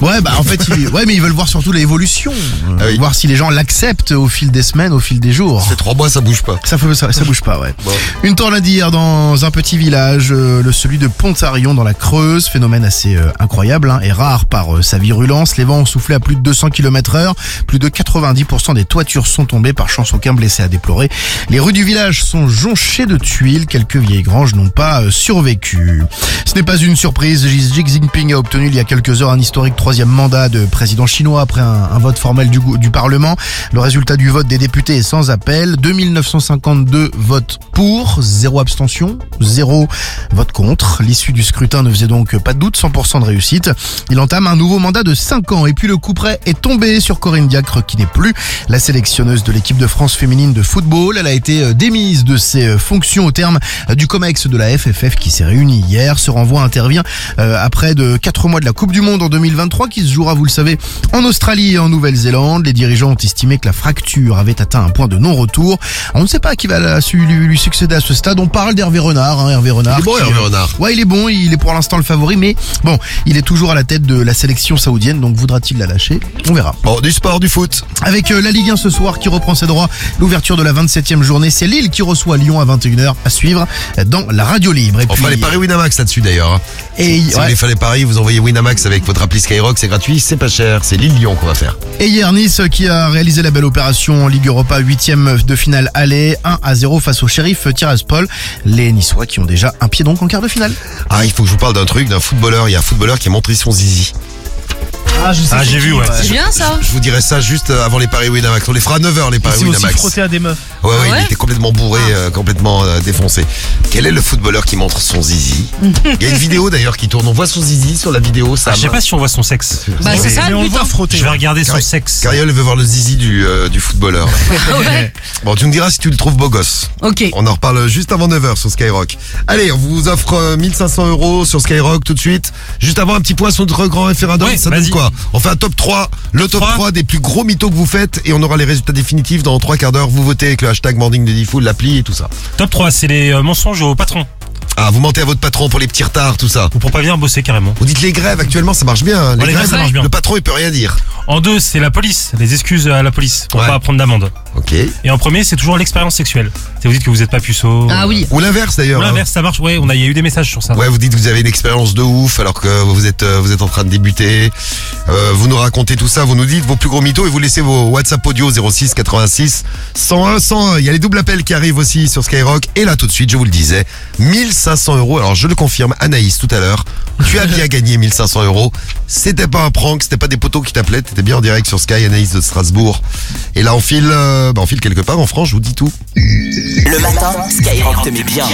Speaker 4: Ouais, bah en fait, ils, ouais, mais ils veulent voir surtout l'évolution, euh,
Speaker 3: Ah oui.
Speaker 4: voir si les gens l'acceptent au fil des semaines, au fil des jours.
Speaker 3: Ces trois mois, ça bouge pas.
Speaker 4: Ça, fait- ça, ça bouge pas, ouais. Une tornade hier dans un petit village, euh, le celui de Pontarion dans la Creuse, phénomène assez euh, incroyable hein, et rare par euh, sa virulence. Les vents ont soufflé à plus de 200 km heure, plus de 90% des toitures sont tombées, par chance aucun blessé à déplorer. Les rues du village sont jonchées de tuiles, quelques vieilles granges n'ont pas euh, survécu. Ce n'est pas une surprise, Xi Jinping a obtenu il y a quelques heures un historique troisième mandat de président chinois après un, un vote formel du, gou- du Parlement. Le résultat du vote des députés est sans appel. 2952 votes pour, zéro abstention, zéro vote contre. L'issue du scrutin ne faisait donc pas de doute, 100% de réussite. Il entame un nouveau mandat de 5 ans et puis le coup près est tombé sur Corinne Diacre qui n'est plus la sélectionneuse de l'équipe de France féminine de football. Elle a été euh, démise de ses euh, fonctions au terme euh, du COMEX de la FFF qui s'est réunie hier. Ce renvoi intervient euh, après de 4 mois de la Coupe du Monde en 2023 qui se jouera, vous le savez, en Australie et en Nouvelle-Zélande. Les dirigeants ont estimé que la fracture avait atteint un point de non-retour. On ne sait pas qui va la- su- lui, lui succéder à ce stade. On parle d'Hervé Renard. hein, Hervé Renard.
Speaker 3: Il est bon,
Speaker 4: qui,
Speaker 3: Hervé
Speaker 4: euh,
Speaker 3: Renard.
Speaker 4: Ouais, il est bon. Il est pour l'instant le favori, mais bon, il est toujours à la tête de la sélection saoudienne. Donc voudra-t-il la lâcher On verra.
Speaker 3: Bon, du sport, du foot.
Speaker 4: Avec euh, la Ligue 1 ce soir qui reprend ses droits, l'ouverture de la 27e journée, c'est Lille qui reçoit Lyon à 21h à suivre euh, dans la radio libre. Et
Speaker 3: Enfin, les paris Winamax là-dessus d'ailleurs. hein. si
Speaker 4: Et
Speaker 3: si vous
Speaker 4: ouais.
Speaker 3: voulez faire les paris, vous envoyez Winamax avec votre appli Skyrock, c'est gratuit, c'est pas cher, c'est Lille-Lyon qu'on va faire.
Speaker 4: Et hier, Nice euh, qui a réalisé la belle opération en Ligue Europa, huitième de finale aller, 1 à 0 face au shérif Tiraspol. Les Niçois qui ont déjà un pied donc en quart de finale.
Speaker 3: Ah, il faut que je vous parle d'un truc, d'un footballeur. Il y a un footballeur qui a montré son zizi.
Speaker 4: Ah, je sais
Speaker 7: Ah, j'ai vu, ouais.
Speaker 5: C'est bien ça.
Speaker 3: Je vous dirai ça juste euh, avant les paris Winamax. On les fera à 9h,
Speaker 12: Bah
Speaker 3: les paris
Speaker 7: C'est aussi
Speaker 3: Winamax.
Speaker 7: frotté à des meufs.
Speaker 3: Ouais, ouais,
Speaker 5: Ah ouais
Speaker 3: il était complètement bourré, euh, complètement euh, défoncé. Quel est le footballeur qui montre son zizi Il y a une vidéo d'ailleurs qui tourne. On voit son zizi sur la vidéo. Ça
Speaker 7: Ah, je sais pas si on voit son sexe.
Speaker 5: Bah, c'est ça
Speaker 7: Mais
Speaker 5: le
Speaker 7: on le
Speaker 5: but.
Speaker 7: voit
Speaker 5: hein.
Speaker 7: frotter. Je vais regarder son sexe.
Speaker 3: Cariole veut voir le zizi du, euh, du footballeur.
Speaker 7: Ah
Speaker 5: Ouais.
Speaker 3: Bon, tu me diras si tu le trouves beau gosse.
Speaker 5: Ok.
Speaker 3: On en reparle juste avant 9h sur Skyrock. Allez, on vous offre euh, 1500 euros sur Skyrock tout de suite. Juste avant, un petit point sur notre grand référendum.
Speaker 7: Ouais,
Speaker 3: ça donne
Speaker 7: vas-y.
Speaker 3: quoi On fait un top 3, le top 3. des plus gros mythos que vous faites et on aura les résultats définitifs dans 3 quarts d'heure. Vous votez avec le hashtag Morning l'appli et tout ça.
Speaker 7: Top 3, c'est les euh, mensonges au patron.
Speaker 3: Ah, vous mentez à votre patron pour les petits retards, tout ça.
Speaker 7: Ou pour pas venir bosser carrément.
Speaker 3: Vous dites les grèves actuellement, ça marche bien. hein.
Speaker 7: Ouais, les grèves, ça marche bien.
Speaker 3: Le patron, il peut rien dire.
Speaker 7: En deux, c'est la police. Les excuses à la police pour
Speaker 3: Ouais.
Speaker 7: pas prendre d'amende.
Speaker 3: Ok.
Speaker 7: Et en premier, c'est toujours l'expérience sexuelle. C'est vous dites que vous êtes pas puceau.
Speaker 5: Ah oui.
Speaker 3: Ou l'inverse d'ailleurs.
Speaker 7: Ou
Speaker 3: hein.
Speaker 7: L'inverse, ça marche. Ouais, on a, il y a eu des messages sur ça.
Speaker 3: Ouais, vous dites que vous avez une expérience de ouf alors que vous êtes euh, vous êtes en train de débuter. Euh, vous nous racontez tout ça, vous nous dites vos plus gros mythos et vous laissez vos WhatsApp audio 06 86 101 101. Il y a les doubles appels qui arrivent aussi sur Skyrock et là tout de suite, je vous le disais, 1500 euros. Alors je le confirme, Anaïs tout à l'heure, tu as bien gagné 1500 euros. C'était pas un prank, c'était pas des poteaux qui t'appelaient, t'étais bien en direct sur Sky Anaïs de Strasbourg. Et là on file, euh, bah, on file quelque part en France. Je vous dis tout.
Speaker 1: Le matin, Skyrock te met bien.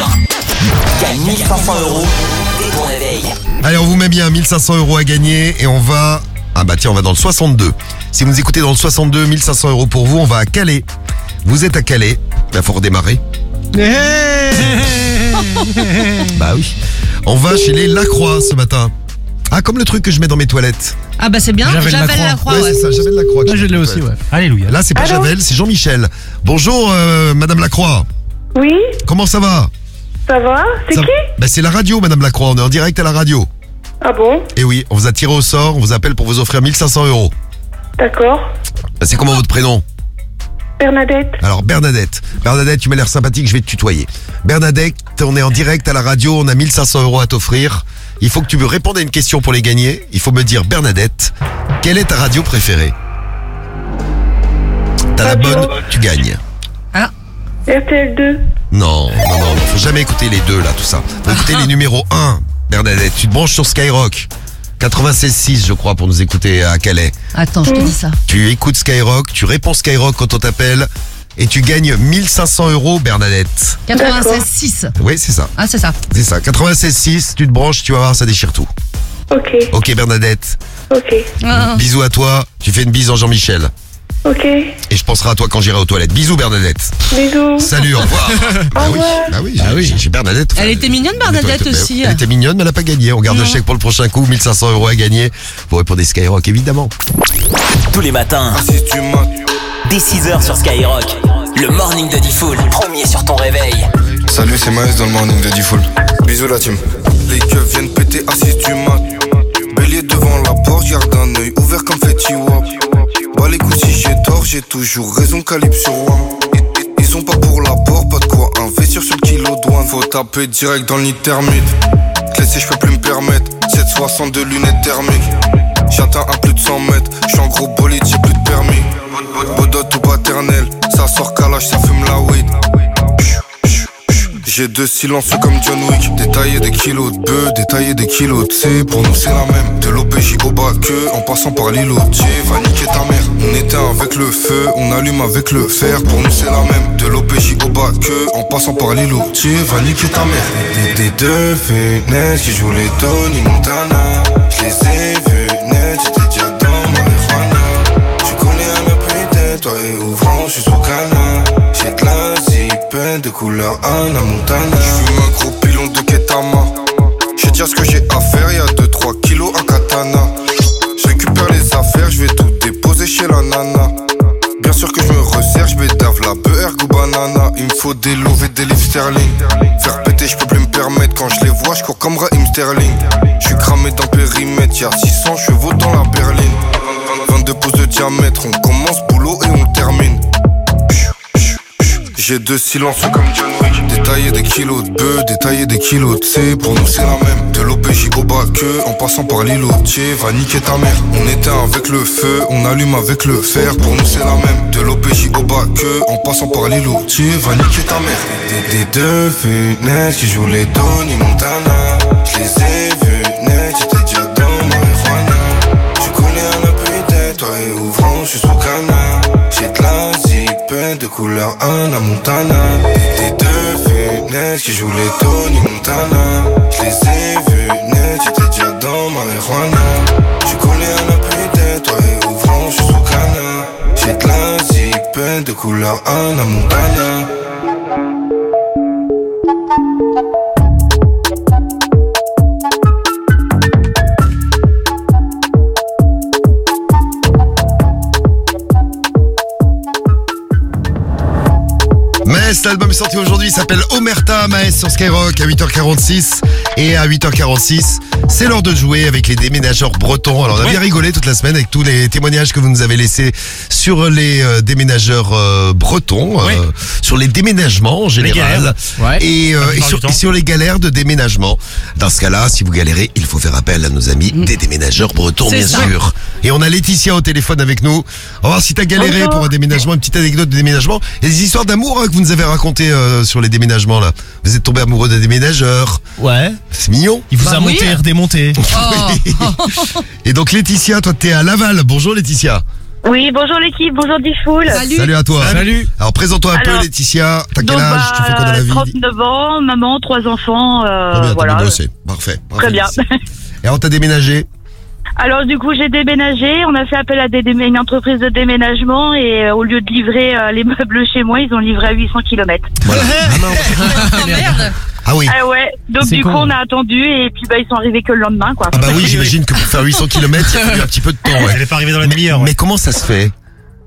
Speaker 1: Gagne 1500 euros dès ton réveil.
Speaker 3: Allez, on vous met bien 1500 euros à gagner et on va. Ah bah tiens, on va dans le 62. Si vous nous écoutez dans le 62, 1500 euros pour vous, on va à Calais. Vous êtes à Calais. Bah, faut redémarrer. Bah oui. On va chez les Lacroix ce matin. Ah, comme le truc que je mets dans mes toilettes.
Speaker 5: Ah bah c'est bien.
Speaker 7: Javel
Speaker 5: Javel
Speaker 7: Lacroix.
Speaker 5: la croix.
Speaker 3: Ouais,
Speaker 5: Ouais.
Speaker 3: c'est ça, Javel Lacroix. que
Speaker 7: Moi,
Speaker 3: je
Speaker 7: je
Speaker 3: mets
Speaker 7: l'ai
Speaker 3: dans mes
Speaker 7: aussi, ouais.
Speaker 3: toilettes.
Speaker 7: Alléluia.
Speaker 3: Là, c'est pas
Speaker 19: Allô
Speaker 3: Javel, c'est Jean-Michel. Bonjour, euh, Madame Lacroix.
Speaker 19: Oui,
Speaker 3: Comment ça va
Speaker 19: ça va C'est
Speaker 3: Ça-
Speaker 19: qui
Speaker 3: Bah, c'est la radio, Madame Lacroix. On est en direct à la radio.
Speaker 8: Ah bon
Speaker 3: Et oui, on vous a tiré au sort, on vous appelle pour vous offrir 1500 euros. Bah,
Speaker 8: D'accord.
Speaker 3: C'est comment votre prénom
Speaker 8: Bernadette.
Speaker 3: Alors Bernadette, Bernadette, tu m'as l'air sympathique, je vais te tutoyer. Bernadette, on est en direct à la radio, on a 1500 euros à t'offrir. Il faut que tu me répondes à une question pour les gagner. Il faut me dire, Bernadette, quelle est ta radio préférée T'as la bonne, tu gagnes.
Speaker 8: RTL2.
Speaker 3: Non, non, non, faut jamais écouter les deux là, tout ça. Faut écouter les numéros 1, Bernadette. Tu te branches sur Skyrock. 96.6 je crois pour nous écouter à Calais.
Speaker 5: Attends, je te dis ça.
Speaker 3: Tu écoutes Skyrock, tu réponds Skyrock quand on t'appelle et tu gagnes 1500 euros Bernadette.
Speaker 5: 96-6.
Speaker 3: Oui, c'est ça.
Speaker 5: Ah, c'est ça.
Speaker 3: C'est ça. 96.6, tu te branches, tu vas voir, ça déchire tout.
Speaker 8: Ok.
Speaker 3: Ok Bernadette,
Speaker 8: Ok.
Speaker 3: bisous à toi, tu fais une bise en Jean-Michel.
Speaker 8: Ok.
Speaker 3: Et je penserai à toi quand j'irai aux toilettes. Bisous Bernadette.
Speaker 8: Bisous.
Speaker 3: Salut, au revoir. bah oui, bah oui, j'ai- j'ai- j'ai Bernadette.
Speaker 5: Elle était mignonne, Bernadette
Speaker 3: Toi, elle était-
Speaker 5: aussi. hein.
Speaker 3: Elle était mignonne, mais elle n'a pas gagné. On garde le
Speaker 5: Non.
Speaker 3: chèque pour le prochain coup. 1500 euros à gagner. Vous répondez Skyrock, évidemment.
Speaker 1: Tous les matins. Dès 6h sur Skyrock. Le morning de Diffoul. Premier sur ton réveil.
Speaker 17: Salut, c'est Maes dans le morning de Diffoul. Bisous la team.
Speaker 19: Les keufs viennent péter assis du mat. Bélier devant la porte, garde un œil ouvert comme Fetty Wap. Bah les coups si j'ai tort, j'ai toujours raison, calibre sur moi. Ils, ils ont pas pour la porte, pas de quoi investir sur le kilo douane. Faut taper direct dans le nid de termites. Classé, je peux plus me permettre. 762 lunettes thermiques. J'atteins à plus de 100 mètres, j'suis en gros bolide, j'ai plus de permis. Bodote ou paternel, ça sort calage, ça fume la weed. J'ai deux silences comme John Wick. Détailler des kilos de bœufs, détailler des kilos de C. Pour nous, c'est la même. De l'OPJ au bas que, en passant par l'îlotier, va niquer ta mère. On éteint avec le feu, on allume avec le fer. Pour nous, c'est la même. De l'OPJ au bas que, en passant par l'îlotier, va niquer ta mère. Des, des deux fenêtres qui jouent les Tony Montana. Je les ai vus naître, j'étais déjà dans marijuana. Tu connais à la pétée, toi et ouvrant, je suis sous canard. J'ai de la zipette de couleur Anna Montana. J'fume un gros pilon de Ketama. J'ai déjà ce que j'ai à faire, y'a 2-3 kilos à katana. J'récupère les affaires, j'vais tout déposer chez la nana. Bien sûr que je me resserre, j'bédave la beurre ou banana. Il me faut des louvres et des livres sterling. Faire péter, j'peux plus me permettre. Quand je les vois, j'cours comme Raheem Sterling. J'suis cramé dans le périmètre, y'a 600 chevaux dans la berline. 22 pouces de diamètre, on commence boulot et on termine. J'ai deux silences comme John Wick. Détailler des kilos de bœufs, détailler des kilos de C. Pour nous, c'est la même. De l'OPJ au bas que, en passant par l'îlotier, va niquer ta mère. On éteint avec le feu, on allume avec le fer. Pour nous, c'est la même. De l'OPJ au bas que, en passant par l'îlotier, va niquer ta mère. Des, des deux fenêtres qui jouent les Tony Montana. Je les ai vus naître, j'étais déjà dans marijuana. Tu connais un appui d'aide, toi et ouvrant, je suis sous canard. J'ai de la zipette de couleur Anna Montana. Des deux fenêtres qui jouent les Tony Montana. Je les ai vus naître, j'étais déjà dans marijuana. Tu connais un appui d'aide, toi et ouvrant, je suis sous canard. J'ai de la zipette de couleur Anna Montana.
Speaker 3: Maes, l'album est sorti aujourd'hui, il s'appelle Omerta Maes sur Skyrock à 8h46. Et à 8h46, c'est l'heure de jouer avec les déménageurs bretons. Alors, on a bien rigolé toute la semaine avec tous les témoignages que vous nous avez laissés sur les euh, déménageurs euh, bretons, euh, sur les déménagements en général.
Speaker 4: galères. Ouais.
Speaker 3: Et, euh,
Speaker 4: La
Speaker 3: et
Speaker 4: plupart
Speaker 3: sur,
Speaker 4: du temps.
Speaker 3: et sur les galères de déménagement. Dans ce cas-là, si vous galérez, il faut faire appel à nos amis des déménageurs bretons,
Speaker 4: Mm. C'est
Speaker 3: bien
Speaker 4: ça.
Speaker 3: sûr. Et on a Laetitia au téléphone avec nous. On va voir si t'as galéré
Speaker 4: Bonjour.
Speaker 3: pour un déménagement, une petite anecdote de déménagement. Et des histoires d'amour hein, que vous nous avez racontées euh, sur les déménagements là. Vous êtes tombé amoureux d'un déménageur.
Speaker 20: Ouais.
Speaker 3: C'est mignon.
Speaker 20: Il vous
Speaker 21: Bah
Speaker 20: a monté et redémonté.
Speaker 21: Oh.
Speaker 12: Oh.
Speaker 3: Oui. Et donc Laetitia, toi t'es à Laval. Bonjour Laetitia.
Speaker 21: Oui, bonjour l'équipe, bonjour Diffoul.
Speaker 3: à toi. Alors présente-toi un peu
Speaker 21: Alors,
Speaker 3: Laetitia. T'as quel
Speaker 21: Donc,
Speaker 3: âge
Speaker 21: bah,
Speaker 3: Tu fais quoi dans la vie
Speaker 21: 39 ans, maman, trois enfants, euh,
Speaker 3: Très bien, t'as
Speaker 21: voilà.
Speaker 3: bien bossé. Parfait.
Speaker 21: Très
Speaker 3: Parfait,
Speaker 21: bien.
Speaker 3: Laetitia. Et alors t'as déménagé
Speaker 21: Alors du coup, j'ai déménagé, on a fait appel à des, dé- une entreprise de déménagement et euh, au lieu de livrer euh, les meubles chez moi, ils ont livré à 800 km.
Speaker 3: Ah oui.
Speaker 21: Ah ouais, donc
Speaker 3: C'est
Speaker 21: du
Speaker 3: con.
Speaker 21: coup, on a attendu et puis bah, ils sont arrivés que le lendemain quoi.
Speaker 3: Ah bah oui, j'imagine que pour faire 800 km, il a fallu un petit peu de temps. Ouais. Elle est pas arrivée dans la demi-heure. Mais comment ça se fait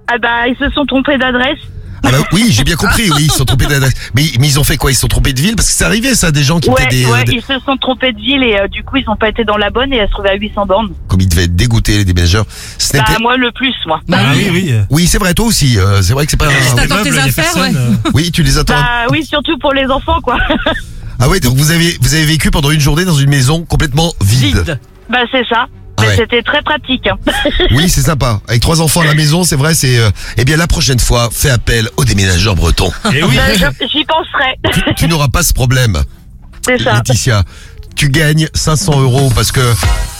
Speaker 21: Ah bah ils se sont trompés d'adresse.
Speaker 3: Ah Ah bah oui, j'ai bien compris, oui, ils se sont trompés d'adresse. Mais, mais ils ont fait quoi Ils se sont trompés de ville Parce que c'est arrivé ça, des gens qui
Speaker 21: Ouais,
Speaker 3: étaient des, euh,
Speaker 21: ouais,
Speaker 3: des-
Speaker 21: ils se sont trompés de ville et euh, du coup ils n'ont pas été dans la bonne et elle se trouvait à 800 bornes.
Speaker 3: Comme ils devaient être dégoûtés, les déménageurs. Ce
Speaker 21: Bah
Speaker 3: n'était- Ah
Speaker 21: moi le plus moi.
Speaker 3: Bah oui. Oui, c'est vrai, toi aussi. euh, c'est vrai que c'est pas.
Speaker 21: t'attends tes affaires, ouais.
Speaker 3: Oui, tu les attends.
Speaker 21: Bah oui surtout pour les enfants quoi.
Speaker 3: Ah ouais, donc vous avez, vous avez vécu pendant une journée dans une maison complètement vide.
Speaker 21: bah c'est ça.
Speaker 3: Ah
Speaker 21: Mais
Speaker 3: ouais.
Speaker 21: C'était très pratique. hein.
Speaker 3: Oui, c'est sympa. Avec trois enfants à la maison, c'est vrai, c'est. euh, Eh bien, la prochaine fois, fais appel aux déménageurs bretons.
Speaker 21: Bah, je- J'y penserai.
Speaker 3: tu, tu n'auras pas ce problème.
Speaker 21: C'est ça.
Speaker 3: Laetitia, tu gagnes 500 euros parce que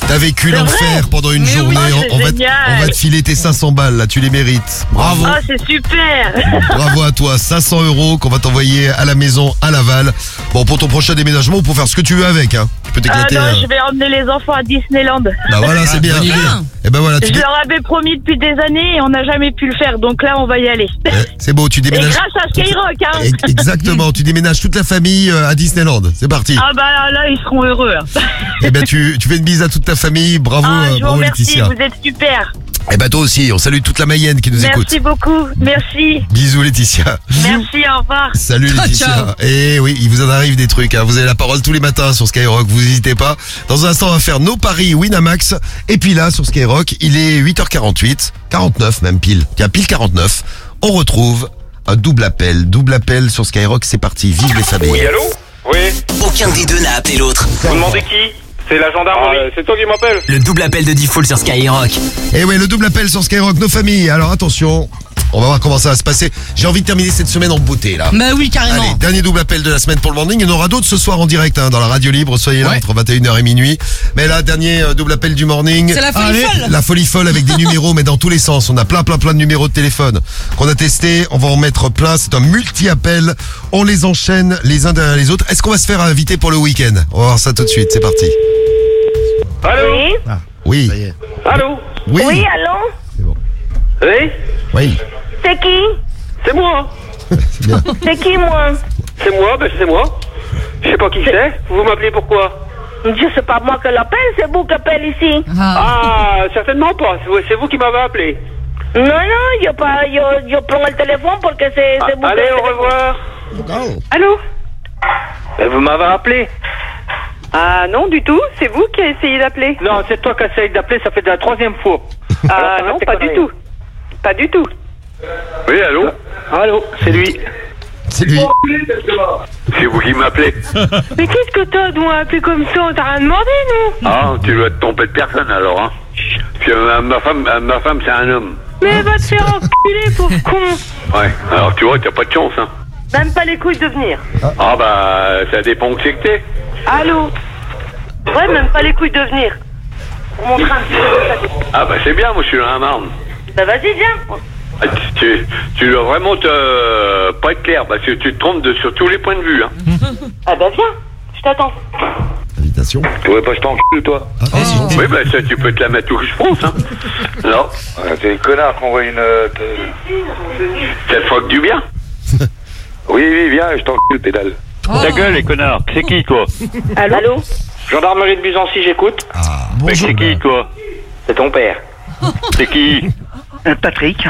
Speaker 3: t'as vécu
Speaker 21: C'est
Speaker 3: l'enfer
Speaker 21: vrai
Speaker 3: pendant une
Speaker 21: Mais
Speaker 3: journée.
Speaker 21: oui,
Speaker 3: on, on
Speaker 21: c'est
Speaker 3: va te,
Speaker 21: génial.
Speaker 3: on va te filer tes 500 balles là, tu les mérites. Bravo.
Speaker 21: Oh, c'est super.
Speaker 3: Bravo à toi, 500 euros qu'on va t'envoyer à la maison à Laval. Bon, pour ton prochain déménagement, on peut faire ce que tu veux avec. Hein. Tu peux
Speaker 21: Ah
Speaker 3: t'éclater.
Speaker 21: non,
Speaker 3: euh.
Speaker 21: je vais emmener les enfants à Disneyland.
Speaker 3: Bah voilà,
Speaker 21: Ah,
Speaker 3: c'est bien. Et ben voilà, tu
Speaker 21: Je
Speaker 3: dé-
Speaker 21: leur avais promis depuis des années et on n'a jamais pu le faire, donc là on va y aller.
Speaker 3: Eh, C'est beau, tu
Speaker 21: Et
Speaker 3: déménages.
Speaker 21: grâce à Skyrock, hein.
Speaker 3: Eh, Exactement, tu déménages toute la famille euh, à Disneyland. C'est parti.
Speaker 21: Ah bah là, ils seront heureux. hein.
Speaker 3: Et ben tu, tu fais une bise à toute ta famille. Bravo,
Speaker 21: Ah,
Speaker 3: euh,
Speaker 21: je vous
Speaker 3: bravo
Speaker 21: remercie,
Speaker 3: Laetitia.
Speaker 21: vous êtes super.
Speaker 3: Et ben toi aussi, on salue toute la Mayenne qui nous écoute.
Speaker 21: Merci beaucoup, merci.
Speaker 3: Bisous Laetitia.
Speaker 21: Merci, au revoir.
Speaker 3: Salut Laetitia. Et oui, il vous en arrive des trucs. hein. Vous avez la parole tous les matins sur Skyrock. Vous n'hésitez pas. Dans un instant, on va faire nos paris Winamax. Et puis là, sur Skyrock, il est 8h48, 49 même pile. Tiens, pile 49. On retrouve un double appel. Double appel sur Skyrock. C'est parti. Vive les familles.
Speaker 18: Oui, allô Oui.
Speaker 1: Aucun des deux n'a appelé l'autre.
Speaker 18: Vous demandez qui C'est la gendarmerie. Ah, euh, c'est toi qui m'appelle
Speaker 1: Le double appel de Default sur Skyrock.
Speaker 3: Et Eh ouais, le double appel sur Skyrock, nos familles. Alors attention, on va voir comment ça va se passer. J'ai envie de terminer cette semaine en beauté là.
Speaker 5: Bah oui, carrément.
Speaker 3: Allez, dernier double appel de la semaine pour le morning. Il y en aura d'autres ce soir en direct hein, dans la radio libre. Soyez là entre 21h et minuit. Mais là, dernier euh, double appel du morning.
Speaker 5: C'est la folie Allez. folle.
Speaker 3: La folie folle avec des numéros, mais dans tous les sens. On a plein, plein, plein de numéros de téléphone qu'on a testé. On va en mettre plein. C'est un multi-appel. On les enchaîne les uns derrière les autres. Est-ce qu'on va se faire inviter pour le week-end On va voir ça tout de suite. C'est parti.
Speaker 18: Allô
Speaker 3: Oui.
Speaker 18: Allô
Speaker 3: Oui.
Speaker 18: allô C'est bon. Oui
Speaker 3: Oui.
Speaker 18: C'est qui C'est moi C'est qui, moi C'est moi, ben c'est moi. Je sais pas qui c'est. Vous m'appelez pourquoi Je sais pas moi que l'appelle, c'est vous qui appelle ici. Ah, certainement pas. C'est vous- C'est vous qui m'avez appelé.
Speaker 20: No, no, yo, pa, yo, yo pongo el teléfono porque se, se busca
Speaker 18: Allez,
Speaker 20: el
Speaker 18: au
Speaker 20: teléfono.
Speaker 18: revoir. Allô Vous m'avez appelé Ah non, du tout. C'est vous qui avez essayé d'appeler Non, c'est toi qui as essayé d'appeler. Ça fait de la troisième fois. Ah non, pas du tout. Pas du tout. Oui, allô Allô, c'est lui.
Speaker 3: C'est lui.
Speaker 22: C'est vous qui m'appelez.
Speaker 20: Mais qu'est-ce que t'as de moi appelé comme ça On t'a rien demandé, nous
Speaker 22: Ah, tu dois te tromper de personne alors, hein. Puis, euh, ma femme, euh, ma femme c'est un homme.
Speaker 20: Mais va te faire enculer, pauvre con
Speaker 22: Ouais. Alors tu vois, t'as pas de chance, hein.
Speaker 20: Même pas les couilles de venir.
Speaker 22: Ah bah, ça dépend où c'est que t'es.
Speaker 20: Allô Ouais, même pas les couilles de venir. Pour montrer un petit peu ça.
Speaker 22: Ah bah c'est bien, moi je suis un marne.
Speaker 20: Bah vas-y, viens
Speaker 22: Ah, tu- Tu, tu dois vraiment te, pas être clair parce que tu te trompes de, sur tous les points de vue. Hein.
Speaker 20: Ah bah viens, je t'attends.
Speaker 3: Invitation.
Speaker 22: Tu voudrais pas que je t'encule, toi Oui, bah ça, tu peux te la mettre où je pense. Hein. Non. Ah, T'es connard qu'on voit une. euh, Ça te froque du bien Oui, oui, viens, je t'encule, pédale.
Speaker 18: Ta gueule, les connards. C'est qui, toi
Speaker 20: Allô
Speaker 18: Gendarmerie de Byzancy, j'écoute. Mais c'est qui, toi C'est ton père. C'est qui
Speaker 3: Euh,
Speaker 18: Patrick.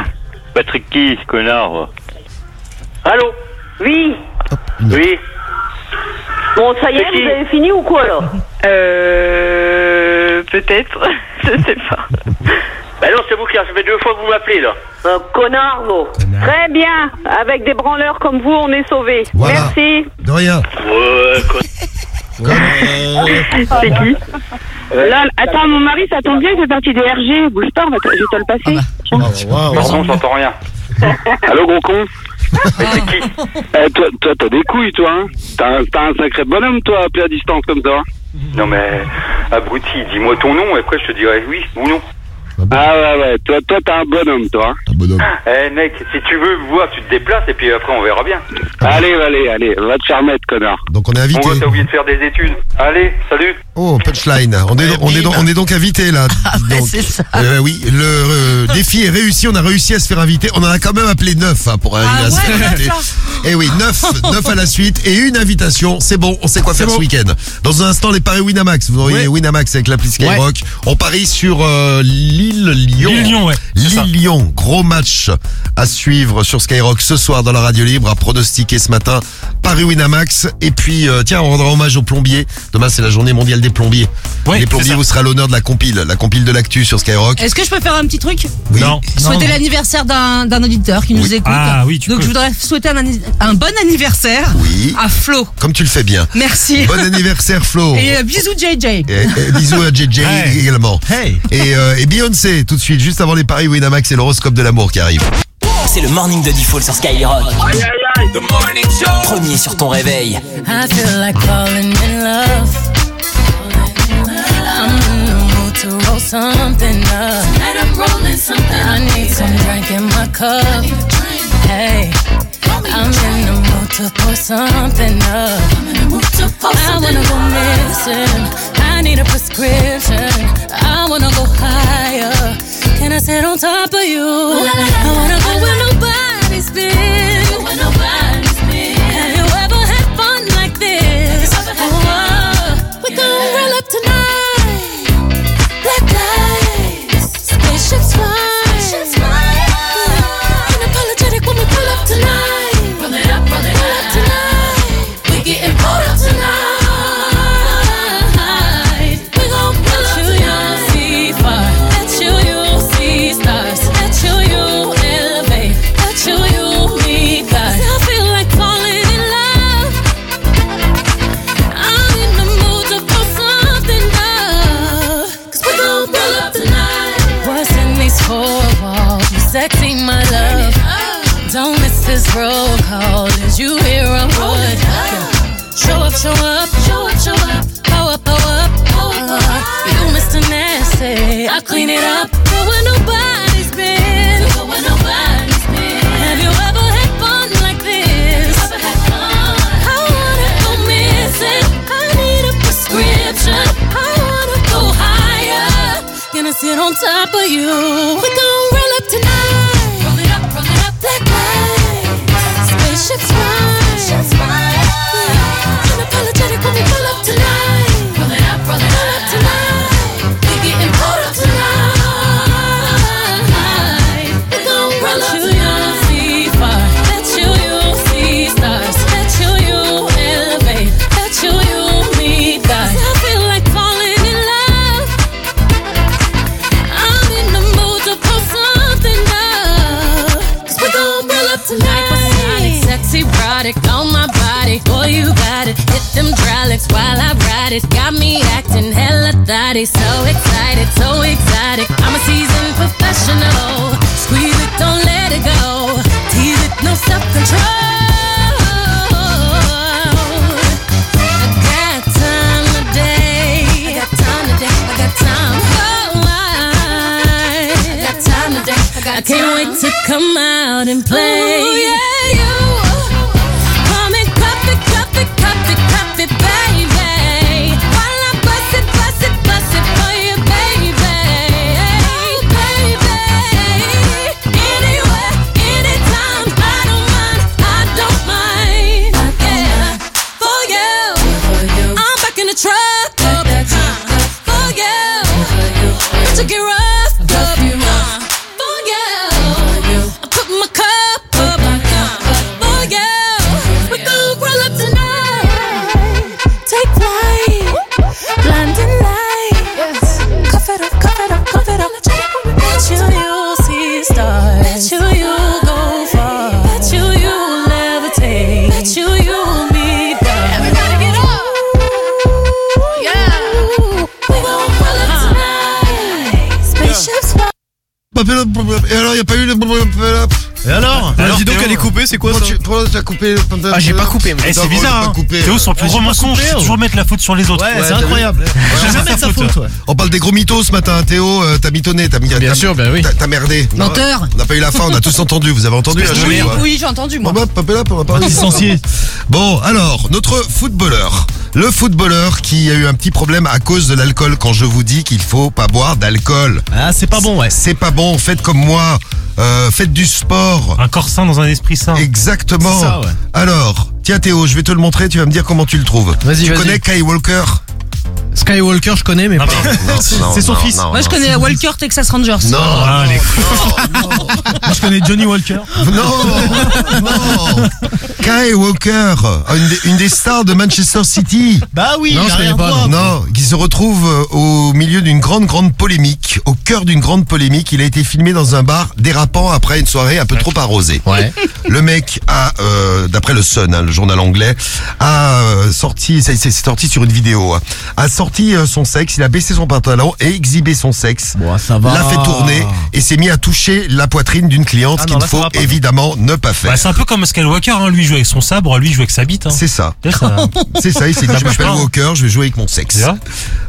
Speaker 18: Patrick qui, ce connard Allô
Speaker 20: Oui
Speaker 18: Oui.
Speaker 20: Bon, ça y est,
Speaker 18: C'est qui
Speaker 20: vous avez fini ou quoi, alors Euh... Peut-être, je sais pas.
Speaker 22: Ben
Speaker 18: Bah non, c'est vous qui ça fait deux fois que vous m'appelez, là.
Speaker 20: connard, vous. Très bien. Avec des branleurs comme vous, on est sauvés.
Speaker 3: Voilà.
Speaker 20: Merci.
Speaker 3: De rien.
Speaker 22: Ouais, quoi.
Speaker 20: C'est qui Là, attends, mon mari, ça tombe bien, il fait partie des RG. Bouge pas, on va te- je vais te le passer.
Speaker 18: Oh, Non, j'entends rien. Allô, gros con Mais c'est qui Eh, Toi, toi, t'as des couilles, toi. hein T'as un- t'as un sacré bonhomme, toi, appelé à distance comme ça.
Speaker 22: Non, mais abruti, dis-moi ton nom et après je te dirai oui ou non.
Speaker 18: Ah ouais, ouais. Toi, toi, t'es un bonhomme, toi.
Speaker 3: Ah
Speaker 18: Un bonhomme.
Speaker 22: Eh mec, si tu veux me voir, tu te déplaces et puis après on verra bien.
Speaker 18: Allez, allez, allez, va te faire mettre, bah,
Speaker 22: connard.
Speaker 3: Ah Donc on est invité.
Speaker 22: Mon gars, t'as oublié de faire des études. Allez, salut.
Speaker 3: Oh, punchline. On est, on est, donc- on est donc invité là. Donc, euh, oui, le euh, défi est réussi. On a réussi à se faire inviter. On en a quand même appelé 9 pour arriver à se
Speaker 2: ouais,
Speaker 3: faire
Speaker 2: neuf,
Speaker 3: inviter.
Speaker 2: là.
Speaker 3: Et oui, 9, 9 à la suite et une invitation. C'est bon, on sait quoi faire ce week-end. Dans un instant, les paris Winamax. Vous auriez Winamax avec l'appli Skyrock. On parie sur euh, Lille-Lyon.
Speaker 7: Lille-Lyon, ouais. C'est ça.
Speaker 3: Lille-Lyon, gros match à suivre sur Skyrock ce soir dans la radio libre, à pronostiquer ce matin Paris Winamax. Et puis, euh, tiens, on rendra hommage aux plombiers. Demain, c'est la journée mondiale des plombiers. les plombiers, vous serez à l'honneur de la compile, la compile de l'actu sur Skyrock.
Speaker 5: Est-ce que je peux faire un petit truc
Speaker 3: Oui. Non.
Speaker 5: Souhaiter l'anniversaire d'un d'un auditeur qui nous écoute.
Speaker 3: Ah, oui, tu
Speaker 5: Donc
Speaker 3: peux.
Speaker 5: je voudrais souhaiter un, anni- un bon anniversaire
Speaker 3: Oui.
Speaker 5: à Flo.
Speaker 3: Comme tu le fais bien.
Speaker 5: Merci.
Speaker 3: Bon anniversaire, Flo.
Speaker 5: Et euh, bisous JJ.
Speaker 3: Et, et bisous à JJ également. Et, euh, et Beyoncé, tout de suite, juste avant les paris Winamax et l'horoscope de l'amour qui arrive.
Speaker 1: C'est le morning de Default sur Skyrock. Premier sur ton réveil.
Speaker 9: I feel like falling in love. I'm in the mood to roll something up. Tonight I'm rolling something. I need some drink in my cup. Hey, I'm in the mood to pour something up. I wanna go missing. I need a prescription. I wanna go higher. Can I sit on top of you? I wanna go where nobody's been. Have you ever had fun like this? Oh, we gon' roll up tonight. Black lights, spaceships fly. Unapologetic when we pull up tonight. Roll it up, roll it up tonight. We getting pulled up tonight. We gon' pull up tonight. Let you see far. Let you you see stars. Let you you elevate. Let you you meet God. I feel like falling in love. I'm in the mood to put something up. 'Cause we gon' pull up tonight. What's in these four walls? You sexy, my love. Don't miss this roll call. Did you hear a word? Show up, show up, show up, show up. Pow up, pow up, pow up. Uh, you Mr. Nasty, I clean it up. Go where nobody's been. Go where nobody's been. Have you ever had fun like this? I wanna go missing. I need a prescription. I wanna go higher. Gonna sit on top of you. We gon' roll up tonight. Roll it up, roll it up. Black lights, spaceships fly. Unapologetic when we pull up tonight. Roll it up, roll it up tonight. We getting pulled up tonight. We gon' roll up tonight. See far. Let you, you see stars. Let you, you elevate. Let you, you meet God. I feel like falling in love. I'm in the mood to pull something up. 'Cause we gon' roll up tonight. Hypnotic, Sexy product on my body, boy you got it. Hit them dry lips while I ride it. Got me acting hella thotty, so excited, so exotic. I'm a seasoned professional. Squeeze it, don't let it go. Tease it, no self control. I got time today. I got time today. I got time. Oh, I, I got time today. I got can't wait to come out and play. Ooh, yeah, you. Come and cup it, cup it, cup it, cup it, baby. While I bust it, bust it, bust it for you, baby. Oh, baby. Anywhere, anytime, I don't mind, I don't mind. Yeah for you. I'm back in the truck. up, uh, For you. Don't you get rough. up, uh, For you. I put my cup up. uh, For you. We gon' roll up tonight. Take flight. Blinding lights. Cuff it up, cuff it up, cuff it up. Let you, you see stars. Let you, you go far. Let you, you levitate. Let you, you meet God. Everybody get up. Yeah. We gon' roll up tonight. Spaceships
Speaker 3: Et alors, il n'y a pas eu le.
Speaker 4: Et alors Alors, Ah, dis donc, elle est coupée, c'est quoi ça
Speaker 3: Pourquoi t'as coupé le pantalon Euh,
Speaker 4: Ah, j'ai pas coupé, moi.
Speaker 7: Eh, c'est
Speaker 4: D'abord, j'ai pas
Speaker 7: bizarre, hein.
Speaker 4: coupé.
Speaker 7: Théo, son plus
Speaker 4: Ah, j'ai
Speaker 7: gros
Speaker 4: pas
Speaker 7: mensonge,
Speaker 4: coupé,
Speaker 7: c'est
Speaker 4: oh.
Speaker 7: toujours mettre la faute sur les autres.
Speaker 4: Ouais, c'est incroyable.
Speaker 3: hein. Ouais,
Speaker 4: Jamais de sa faute, ouais.
Speaker 3: On parle des gros mythos ce matin, Théo, euh, t'as mitonné, t'as Bien sûr,
Speaker 7: ben
Speaker 3: oui. T'as merdé.
Speaker 5: Menteur.
Speaker 3: On n'a pas eu la fin, on a tous entendu, vous avez entendu
Speaker 5: Oui,
Speaker 3: hein, chérie, ouais.
Speaker 5: oui, j'ai entendu, moi.
Speaker 3: Bon, bah, Papella, on va parler. Bon, alors, notre footballeur. Le footballeur qui a eu un petit problème à cause de l'alcool quand je vous dis qu'il faut pas boire d'alcool.
Speaker 10: Ah, c'est pas bon, ouais.
Speaker 3: C'est pas bon, faites comme moi. euh, faites du sport.
Speaker 7: Un corps sain dans un esprit sain.
Speaker 3: Exactement.
Speaker 7: C'est ça, ouais.
Speaker 3: Alors, tiens Théo, je vais te le montrer, tu vas me dire comment tu le trouves.
Speaker 10: Vas-y,
Speaker 3: Tu
Speaker 10: vas-y.
Speaker 3: connais Kai Walker
Speaker 10: Skywalker, je connais, mais pas.
Speaker 3: non,
Speaker 10: C'est son
Speaker 3: non,
Speaker 10: fils.
Speaker 3: non,
Speaker 5: Moi, je connais Walker Texas Rangers.
Speaker 3: Non,
Speaker 10: Moi, je connais Johnny Walker.
Speaker 3: non, non. Kai Walker, une des, une des stars de Manchester City.
Speaker 10: Bah oui,
Speaker 3: non,
Speaker 10: il a rien droit.
Speaker 3: Non, qui se retrouve euh, au milieu d'une grande, grande polémique. Au cœur d'une grande polémique, il a été filmé dans un bar dérapant après une soirée un peu trop arrosée.
Speaker 10: Ouais.
Speaker 3: Le mec a, euh, d'après le Sun, hein, le journal anglais, a euh, sorti, c'est c'est sorti sur une vidéo, hein, a sorti euh, son sexe, il a baissé son pantalon et exhibé son sexe.
Speaker 10: va.
Speaker 3: L'a fait tourner et s'est mis à toucher la poitrine d'une cliente,
Speaker 7: Ah
Speaker 3: ce
Speaker 7: non,
Speaker 3: qu'il ne
Speaker 7: là, ça
Speaker 3: faut
Speaker 7: va pas.
Speaker 3: évidemment ne pas faire.
Speaker 7: Bah, c'est un peu comme Skywalker, hein. lui il joue avec son sabre, lui il joue avec sa bite. hein.
Speaker 3: C'est ça.
Speaker 7: Là, ça-
Speaker 3: C'est ça, il s'est dit,
Speaker 7: Ça
Speaker 3: je
Speaker 7: marche
Speaker 3: m'appelle
Speaker 7: pas, hein.
Speaker 3: Walker, je vais jouer avec mon sexe.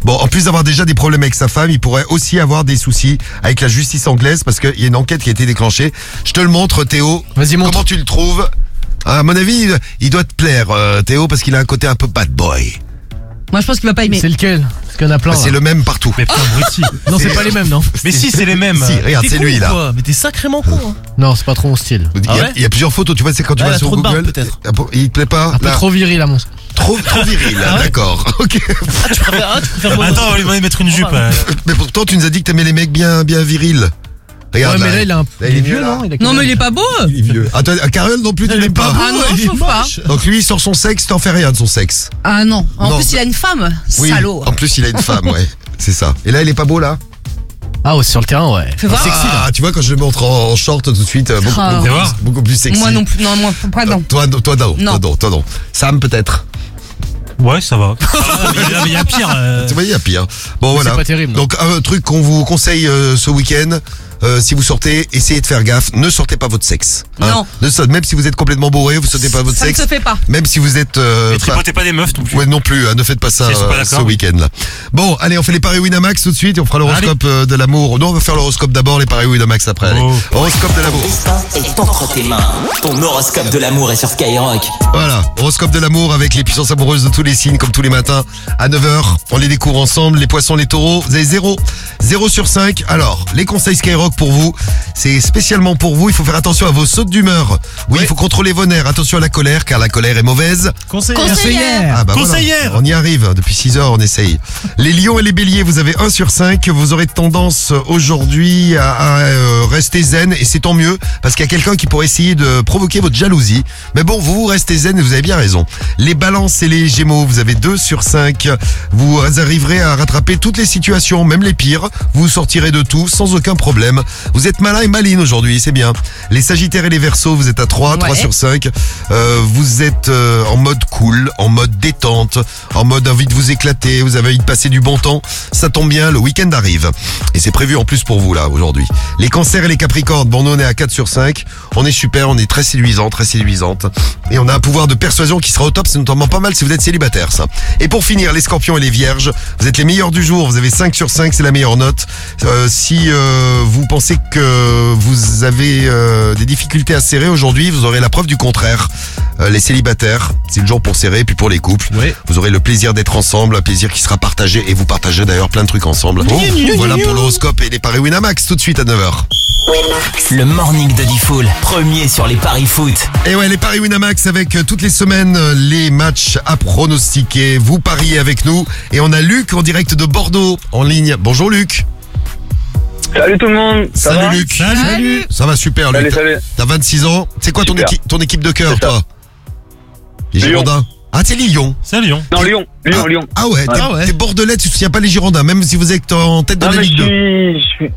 Speaker 3: Bon, en plus d'avoir déjà des problèmes avec sa femme, il pourrait aussi avoir des soucis avec la justice anglaise parce qu'il y a une enquête qui a été déclenchée. Je te le montre, Théo. Vas-y, montre. Comment tu le trouves À mon avis, il- il doit te plaire, euh, Théo, parce qu'il a un côté un peu bad boy.
Speaker 5: Moi, je pense qu'il va pas aimer.
Speaker 10: C'est lequel Parce qu'il y en a plein. hein.
Speaker 3: Bah, c'est
Speaker 10: là.
Speaker 3: le même partout.
Speaker 7: Mais putain, abruti.
Speaker 10: Non, c'est pas les mêmes, non
Speaker 7: Mais si, c'est les mêmes.
Speaker 3: Si, regarde,
Speaker 10: T'es
Speaker 3: c'est
Speaker 10: con
Speaker 3: lui,
Speaker 10: ou
Speaker 3: là.
Speaker 10: quoi Mais t'es sacrément con. hein. Non, c'est pas trop mon style.
Speaker 3: Il y, a,
Speaker 10: Ah ouais
Speaker 3: il y a plusieurs photos, tu vois, c'est quand tu
Speaker 10: Ah, il
Speaker 3: vas
Speaker 10: a
Speaker 3: sur
Speaker 10: trop de barbe,
Speaker 3: Google.
Speaker 10: peut-être.
Speaker 3: Ah bon, il te plaît pas
Speaker 10: Un peu
Speaker 3: Là.
Speaker 10: trop viril, à mon
Speaker 3: Trop, trop viril,
Speaker 10: Ah ouais
Speaker 3: d'accord. Ok.
Speaker 7: Attends, on va lui demander de mettre une jupe. euh.
Speaker 3: Mais pourtant, tu nous as dit que t'aimais les mecs bien, bien virils. Regarde,
Speaker 10: Ouais, mais là, il a un- il est
Speaker 3: est
Speaker 10: vieux,
Speaker 3: mieux, là.
Speaker 10: non Il a
Speaker 5: Non, mais il est pas beau.
Speaker 3: Il est vieux. Ah, toi, Carole non plus, tu l'aimes pas.
Speaker 5: Ah non, je trouve pas.
Speaker 3: Donc lui, il sort son sexe, t'en fais rien de son sexe.
Speaker 5: Ah non. En
Speaker 3: Non.
Speaker 5: plus, il a une femme.
Speaker 3: Oui.
Speaker 5: Salaud.
Speaker 3: En plus, il a une femme, ouais. C'est ça. Et là, il est pas beau, là
Speaker 10: Ah, ouais, sur le terrain, ouais.
Speaker 5: Fais voir.
Speaker 3: Ah, tu vois, quand je le montre en, en short tout de suite, euh, beaucoup,
Speaker 5: Ah.
Speaker 3: beaucoup,
Speaker 5: Fais
Speaker 3: plus,
Speaker 5: voir.
Speaker 3: beaucoup plus sexy. Euh,
Speaker 5: Moi non plus. Non, moi, pas non.
Speaker 3: Toi, non, toi, non,
Speaker 5: Non.
Speaker 3: toi, non, toi, non. Sam, peut-être.
Speaker 7: Ouais, ça va. Ah, mais il y a- mais il y a pire. euh.
Speaker 3: Tu vois, il y a pire. Bon,
Speaker 10: Mais
Speaker 3: voilà.
Speaker 10: c'est pas terrible, non.
Speaker 3: Donc, un truc qu'on vous conseille euh, ce week-end. euh, si vous sortez, essayez de faire gaffe. Ne sortez pas votre sexe. Hein.
Speaker 5: Non.
Speaker 3: Ne sort- même si vous êtes complètement bourré, vous sortez pas votre
Speaker 5: Ça ne
Speaker 3: sexe.
Speaker 5: se fait pas.
Speaker 3: Même si vous êtes. euh,
Speaker 7: Et
Speaker 3: pas-
Speaker 7: tripotez pas des meufs non plus.
Speaker 3: Ouais, non plus, hein, ne faites pas ça
Speaker 7: Ils sont
Speaker 3: euh,
Speaker 7: pas d'accord,
Speaker 3: ce
Speaker 7: mais-
Speaker 3: week-end là. Bon, allez, on fait les paris Winamax tout de suite et on fera l'horoscope euh, de l'amour. Non, on va faire l'horoscope d'abord, les paris Winamax après. allez.
Speaker 7: Oh.
Speaker 3: Horoscope de l'amour.
Speaker 1: Destin est entre tes mains. Ton horoscope de l'amour est sur Skyrock.
Speaker 3: Voilà, horoscope de l'amour avec les puissances amoureuses de tous les signes comme tous les matins à 9h. On les découvre ensemble, les poissons, les taureaux. Vous avez 0, 0 sur 5. Alors, les conseils Skyrock pour vous, c'est spécialement pour vous. Il faut faire attention à vos sautes d'humeur. Oui, il faut contrôler vos nerfs. Attention à la colère car la colère est mauvaise.
Speaker 10: Conseillère.
Speaker 3: Ah bah voilà,
Speaker 10: Conseillère.
Speaker 3: on y arrive, depuis 6 heures on essaye. Les lions et les béliers, vous avez 1 sur 5, vous aurez tendance euh, aujourd'hui à, à, euh, rester zen et c'est tant mieux parce qu'il y a quelqu'un qui pourrait essayer de provoquer votre jalousie. Mais bon, vous, vous restez zen et vous avez bien raison. Les balances et les gémeaux, vous avez 2 sur 5, vous arriverez à rattraper toutes les situations, même les pires, vous sortirez de tout sans aucun problème. Vous êtes malin et maline aujourd'hui, c'est bien. Les sagittaires et les versos, vous êtes à 3, 3
Speaker 5: Ouais.
Speaker 3: sur 5. Euh, vous êtes euh, en mode cool, en mode détente, en mode envie de vous éclater, vous avez envie de passer du bon temps. Ça tombe bien, le week-end arrive. Et c'est prévu en plus pour vous là aujourd'hui. Les cancers et les capricornes, bon nous, on est à 4 sur 5. On est super, on est très séduisant, très séduisante. Et on a un pouvoir de persuasion qui sera au top, c'est notamment pas mal si vous êtes célibataire ça. Et pour finir, les scorpions et les vierges, vous êtes les meilleurs du jour, vous avez 5 sur 5, c'est la meilleure note. Euh, si euh, vous pensez que vous avez euh, des difficultés à serrer aujourd'hui, vous aurez la preuve du contraire. Euh, les célibataires, c'est le jour pour serrer, puis pour les couples,
Speaker 10: Ouais.
Speaker 3: vous aurez le plaisir d'être ensemble, un plaisir qui sera partagé et vous partagez d'ailleurs plein de trucs ensemble. voilà pour l'horoscope et les paris Winamax tout de suite à 9h.
Speaker 1: Le morning de Diffoul, premier sur les paris foot.
Speaker 3: Et ouais, les paris Winamax avec euh, toutes les semaines euh, les matchs à pronostiquer. Vous pariez avec nous et on a Luc en direct de Bordeaux en ligne. Bonjour Luc.
Speaker 11: Salut tout le monde. Ça
Speaker 3: salut
Speaker 11: va
Speaker 3: Luc.
Speaker 5: Salut.
Speaker 3: Ça va super Luc.
Speaker 11: Salut, salut.
Speaker 3: T'as 26 ans. C'est quoi ton,
Speaker 11: Super.
Speaker 3: équipe- ton équipe de cœur
Speaker 11: C'est ça.
Speaker 3: toi Les
Speaker 11: Lyon.
Speaker 3: Girondins. Ah c'est Lyon.
Speaker 7: C'est Lyon.
Speaker 11: Non, Lyon. Lyon,
Speaker 3: ah,
Speaker 11: Lyon.
Speaker 3: Ah ouais, t'es
Speaker 11: Ah ouais.
Speaker 3: t'es bordelais, tu soutiens pas les Girondins, même si vous êtes en tête de
Speaker 11: Non,
Speaker 3: la
Speaker 11: mais je
Speaker 3: Ligue 2.
Speaker 11: suis. je suis-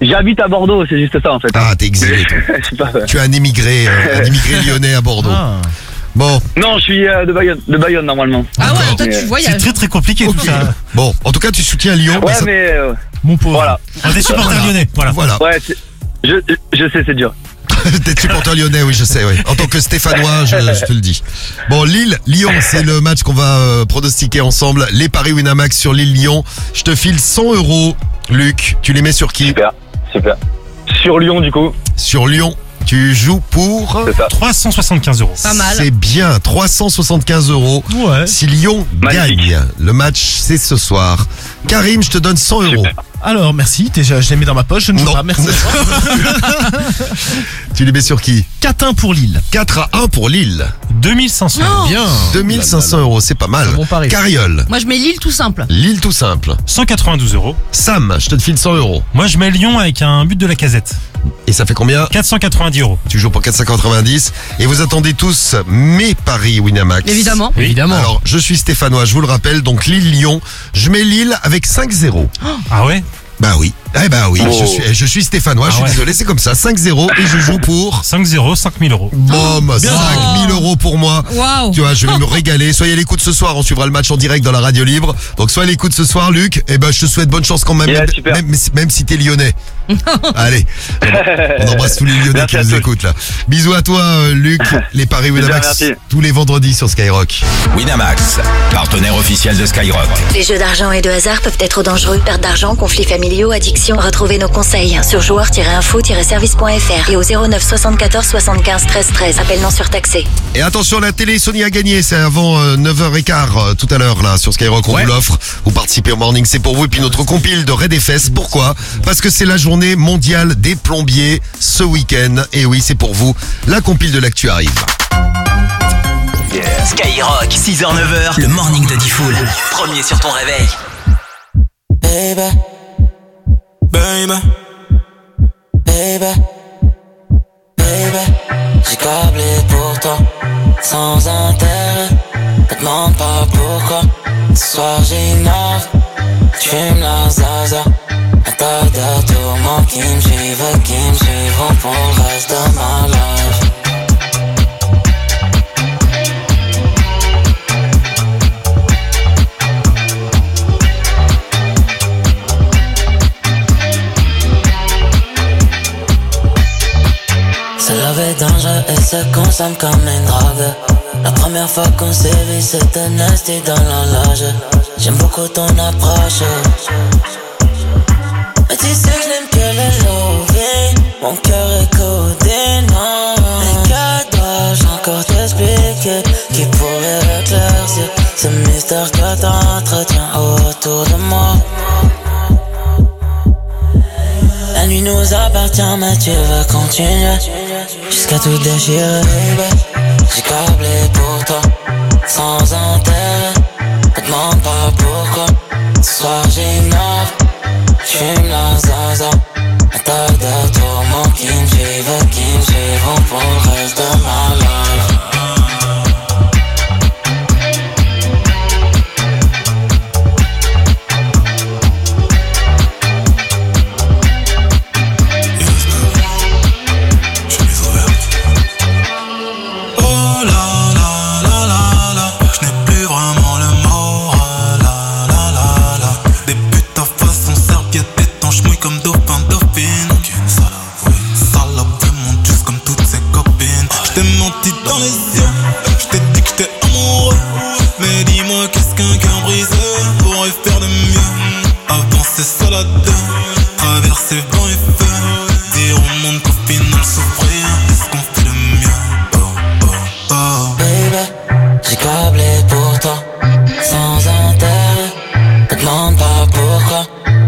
Speaker 11: J'habite à Bordeaux, c'est juste ça en fait.
Speaker 3: Ah, t'es exilé. toi.
Speaker 11: Je suis pas-
Speaker 3: tu es un immigré, euh, un immigré lyonnais à Bordeaux. Bon,
Speaker 11: Non, je suis euh, de Bayonne, de Bayonne normalement. euh,
Speaker 5: Ah ouais, toi, tu
Speaker 7: C'est
Speaker 5: voyages.
Speaker 7: très très compliqué tout ça.
Speaker 3: bon, en tout cas, tu soutiens Lyon.
Speaker 11: Ouais,
Speaker 3: mais ça-
Speaker 11: mais. euh,
Speaker 7: Mon pauvre.
Speaker 11: Voilà.
Speaker 7: On est supporters lyonnais. Voilà.
Speaker 3: Voilà.
Speaker 11: Ouais, c'est- je, je sais, c'est dur.
Speaker 3: T'es supporter lyonnais, oui, je sais, oui. En tant que Stéphanois, je, je te le dis. Bon, Lille, Lyon, c'est le match qu'on va euh, pronostiquer ensemble. Les paris Winamax sur Lille, Lyon. Je te file 100 euros, Luc. Tu les mets sur qui Super,
Speaker 11: super. Sur Lyon, du coup.
Speaker 3: Sur Lyon. Tu joues pour
Speaker 7: 375 euros.
Speaker 5: Pas mal.
Speaker 3: C'est bien, 375 euros. Si Lyon gagne, le match c'est ce soir. Karim, je te donne 100 euros.
Speaker 13: Alors, merci. Déjà, je l'ai mis dans ma poche. Je ne joue pas. Merci.
Speaker 3: Tu les mets sur qui
Speaker 13: 4-1 pour Lille.
Speaker 3: 4 à 1 pour Lille.
Speaker 7: 2500.
Speaker 5: Bien.
Speaker 3: 2500 euros, c'est pas mal. Carriole.
Speaker 5: Moi, je mets Lille tout simple.
Speaker 3: Lille tout simple.
Speaker 7: 192 euros.
Speaker 3: Sam, je te file 100 euros.
Speaker 7: Moi, je mets Lyon avec un but de la casette.
Speaker 3: Et ça fait combien
Speaker 7: 490 euros.
Speaker 3: Tu joues pour 490 et vous attendez tous mes paris Winamax.
Speaker 5: Évidemment. Oui.
Speaker 10: Évidemment.
Speaker 3: Alors, je suis stéphanois, je vous le rappelle, donc Lille-Lyon. Je mets Lille avec 5-0.
Speaker 7: Ah ouais
Speaker 3: Bah oui. Eh bah oui,
Speaker 7: Oh.
Speaker 3: je, suis, je suis stéphanois,
Speaker 7: Ah
Speaker 3: je suis
Speaker 7: ouais.
Speaker 3: désolé, c'est comme ça. 5-0 et je joue pour...
Speaker 7: 5-0, 5000 euros.
Speaker 3: Boum,
Speaker 7: Bien.
Speaker 3: 5000 euros pour moi.
Speaker 5: Waouh.
Speaker 3: Tu vois, je vais me régaler. Soyez à l'écoute ce soir, on suivra le match en direct dans la radio libre. Donc soyez à l'écoute ce soir, Luc. Et ben, je te souhaite bonne chance quand même,
Speaker 11: Yeah,
Speaker 3: même-
Speaker 11: super.
Speaker 3: même, même si t'es lyonnais. Allez, on embrasse tous les lyonnais qui nous écoutent là. Bisous à toi, euh, Luc. Les paris
Speaker 1: Bien,
Speaker 3: Winamax
Speaker 1: merci.
Speaker 3: tous les vendredis sur Skyrock.
Speaker 1: Winamax, partenaire officiel de Skyrock.
Speaker 12: Les jeux d'argent et de hasard peuvent être dangereux. Perte d'argent, conflits familiaux, addiction. Retrouvez nos conseils sur joueurs-info-service.fr et au 09 74 75 13 13. Appel non surtaxé.
Speaker 3: Et attention, la télé Sony a gagné. C'est avant euh, 9h15 euh, tout à l'heure là sur Skyrock. On vous l'offre. Vous participez au morning, c'est pour vous. Et puis notre compile de Red Fesses. Pourquoi Parce que c'est la journée mondiale des plombiers ce week-end. Et oui, c'est pour vous. La compile de l'actu arrive.
Speaker 1: Skyrock, 6h-9h, le morning de Diffoul. Premier sur ton réveil.
Speaker 15: Baby, baby, baby, baby. J'ai câblé pour toi, sans intérêt. Ne demande pas pourquoi. Ce soir j'innove, tu me la zaza. Un tas de tourments qui me suivent, qui me suivront pour le reste de ma life. Ce love est dangereux et se consomme comme une drogue. La première fois qu'on s'est vu, c'était nasty dans la loge. J'aime beaucoup ton approche. Mais tu sais que je n'aime que le loving. Mon cœur est codé, non. Mais que dois-je encore t'expliquer Qui pourrait éclaircir ce mystère que t'entretiens autour de moi? La nuit nous appartient, mais tu veux continuer jusqu'à tout déchirer. Baby, J'ai câblé pour toi, sans intérêt. Ne demande pas pourquoi. Ce soir j'innove, j'fume la zaza. Un tas de tourments qui me suivent, qui me suivront pour le reste de ma life.
Speaker 23: Oh la la la la la, je n'ai plus vraiment le mot. Ah la la la la, des putains façon serviette étanche mouille comme dauphin dauphine. Salope fait mon juice comme toutes ses copines. Je t'ai menti dans les yeux, je t'ai dit que j'étais amoureux. Mais dis-moi qu'est-ce qu'un cœur brisé pourrait faire de mieux. Avancer seul à deux, traverser vent et feu. Dire au monde qu'au final souffrir, est-ce qu'on fait le mieux?
Speaker 15: Baby, j'ai câblé pour toi, sans intérêt. Ne demande pas pourquoi.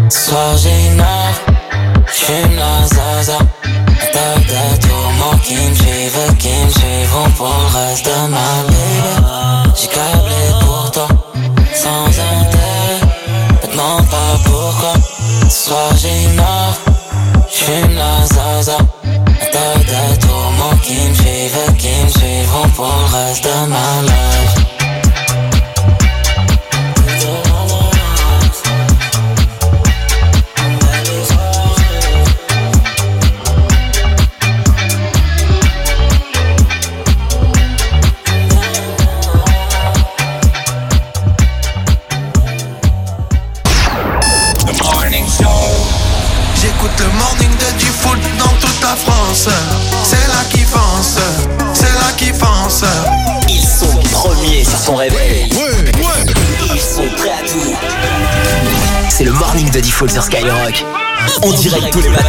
Speaker 15: Ce soir j'innove, j'fume la zaza. Un tas de tourments qui me suivent, qui me suivront pour le reste de ma vie. J'ai câblé pour toi, sans intérêt. Ne demande pas pourquoi. Ce soir j'innove, j'fume la zaza. Un tas de tourments qui me suivent, qui me suivront pour le reste de ma life.
Speaker 2: J'écoute le morning de Diffoul dans toute
Speaker 6: toute la France. C'est là qui pense, c'est là qui pense.
Speaker 1: Ils sont premiers sur son réveil. Et Ils sont prêts à tout. C'est le morning de Default sur Skyrock. En direct tous les matins.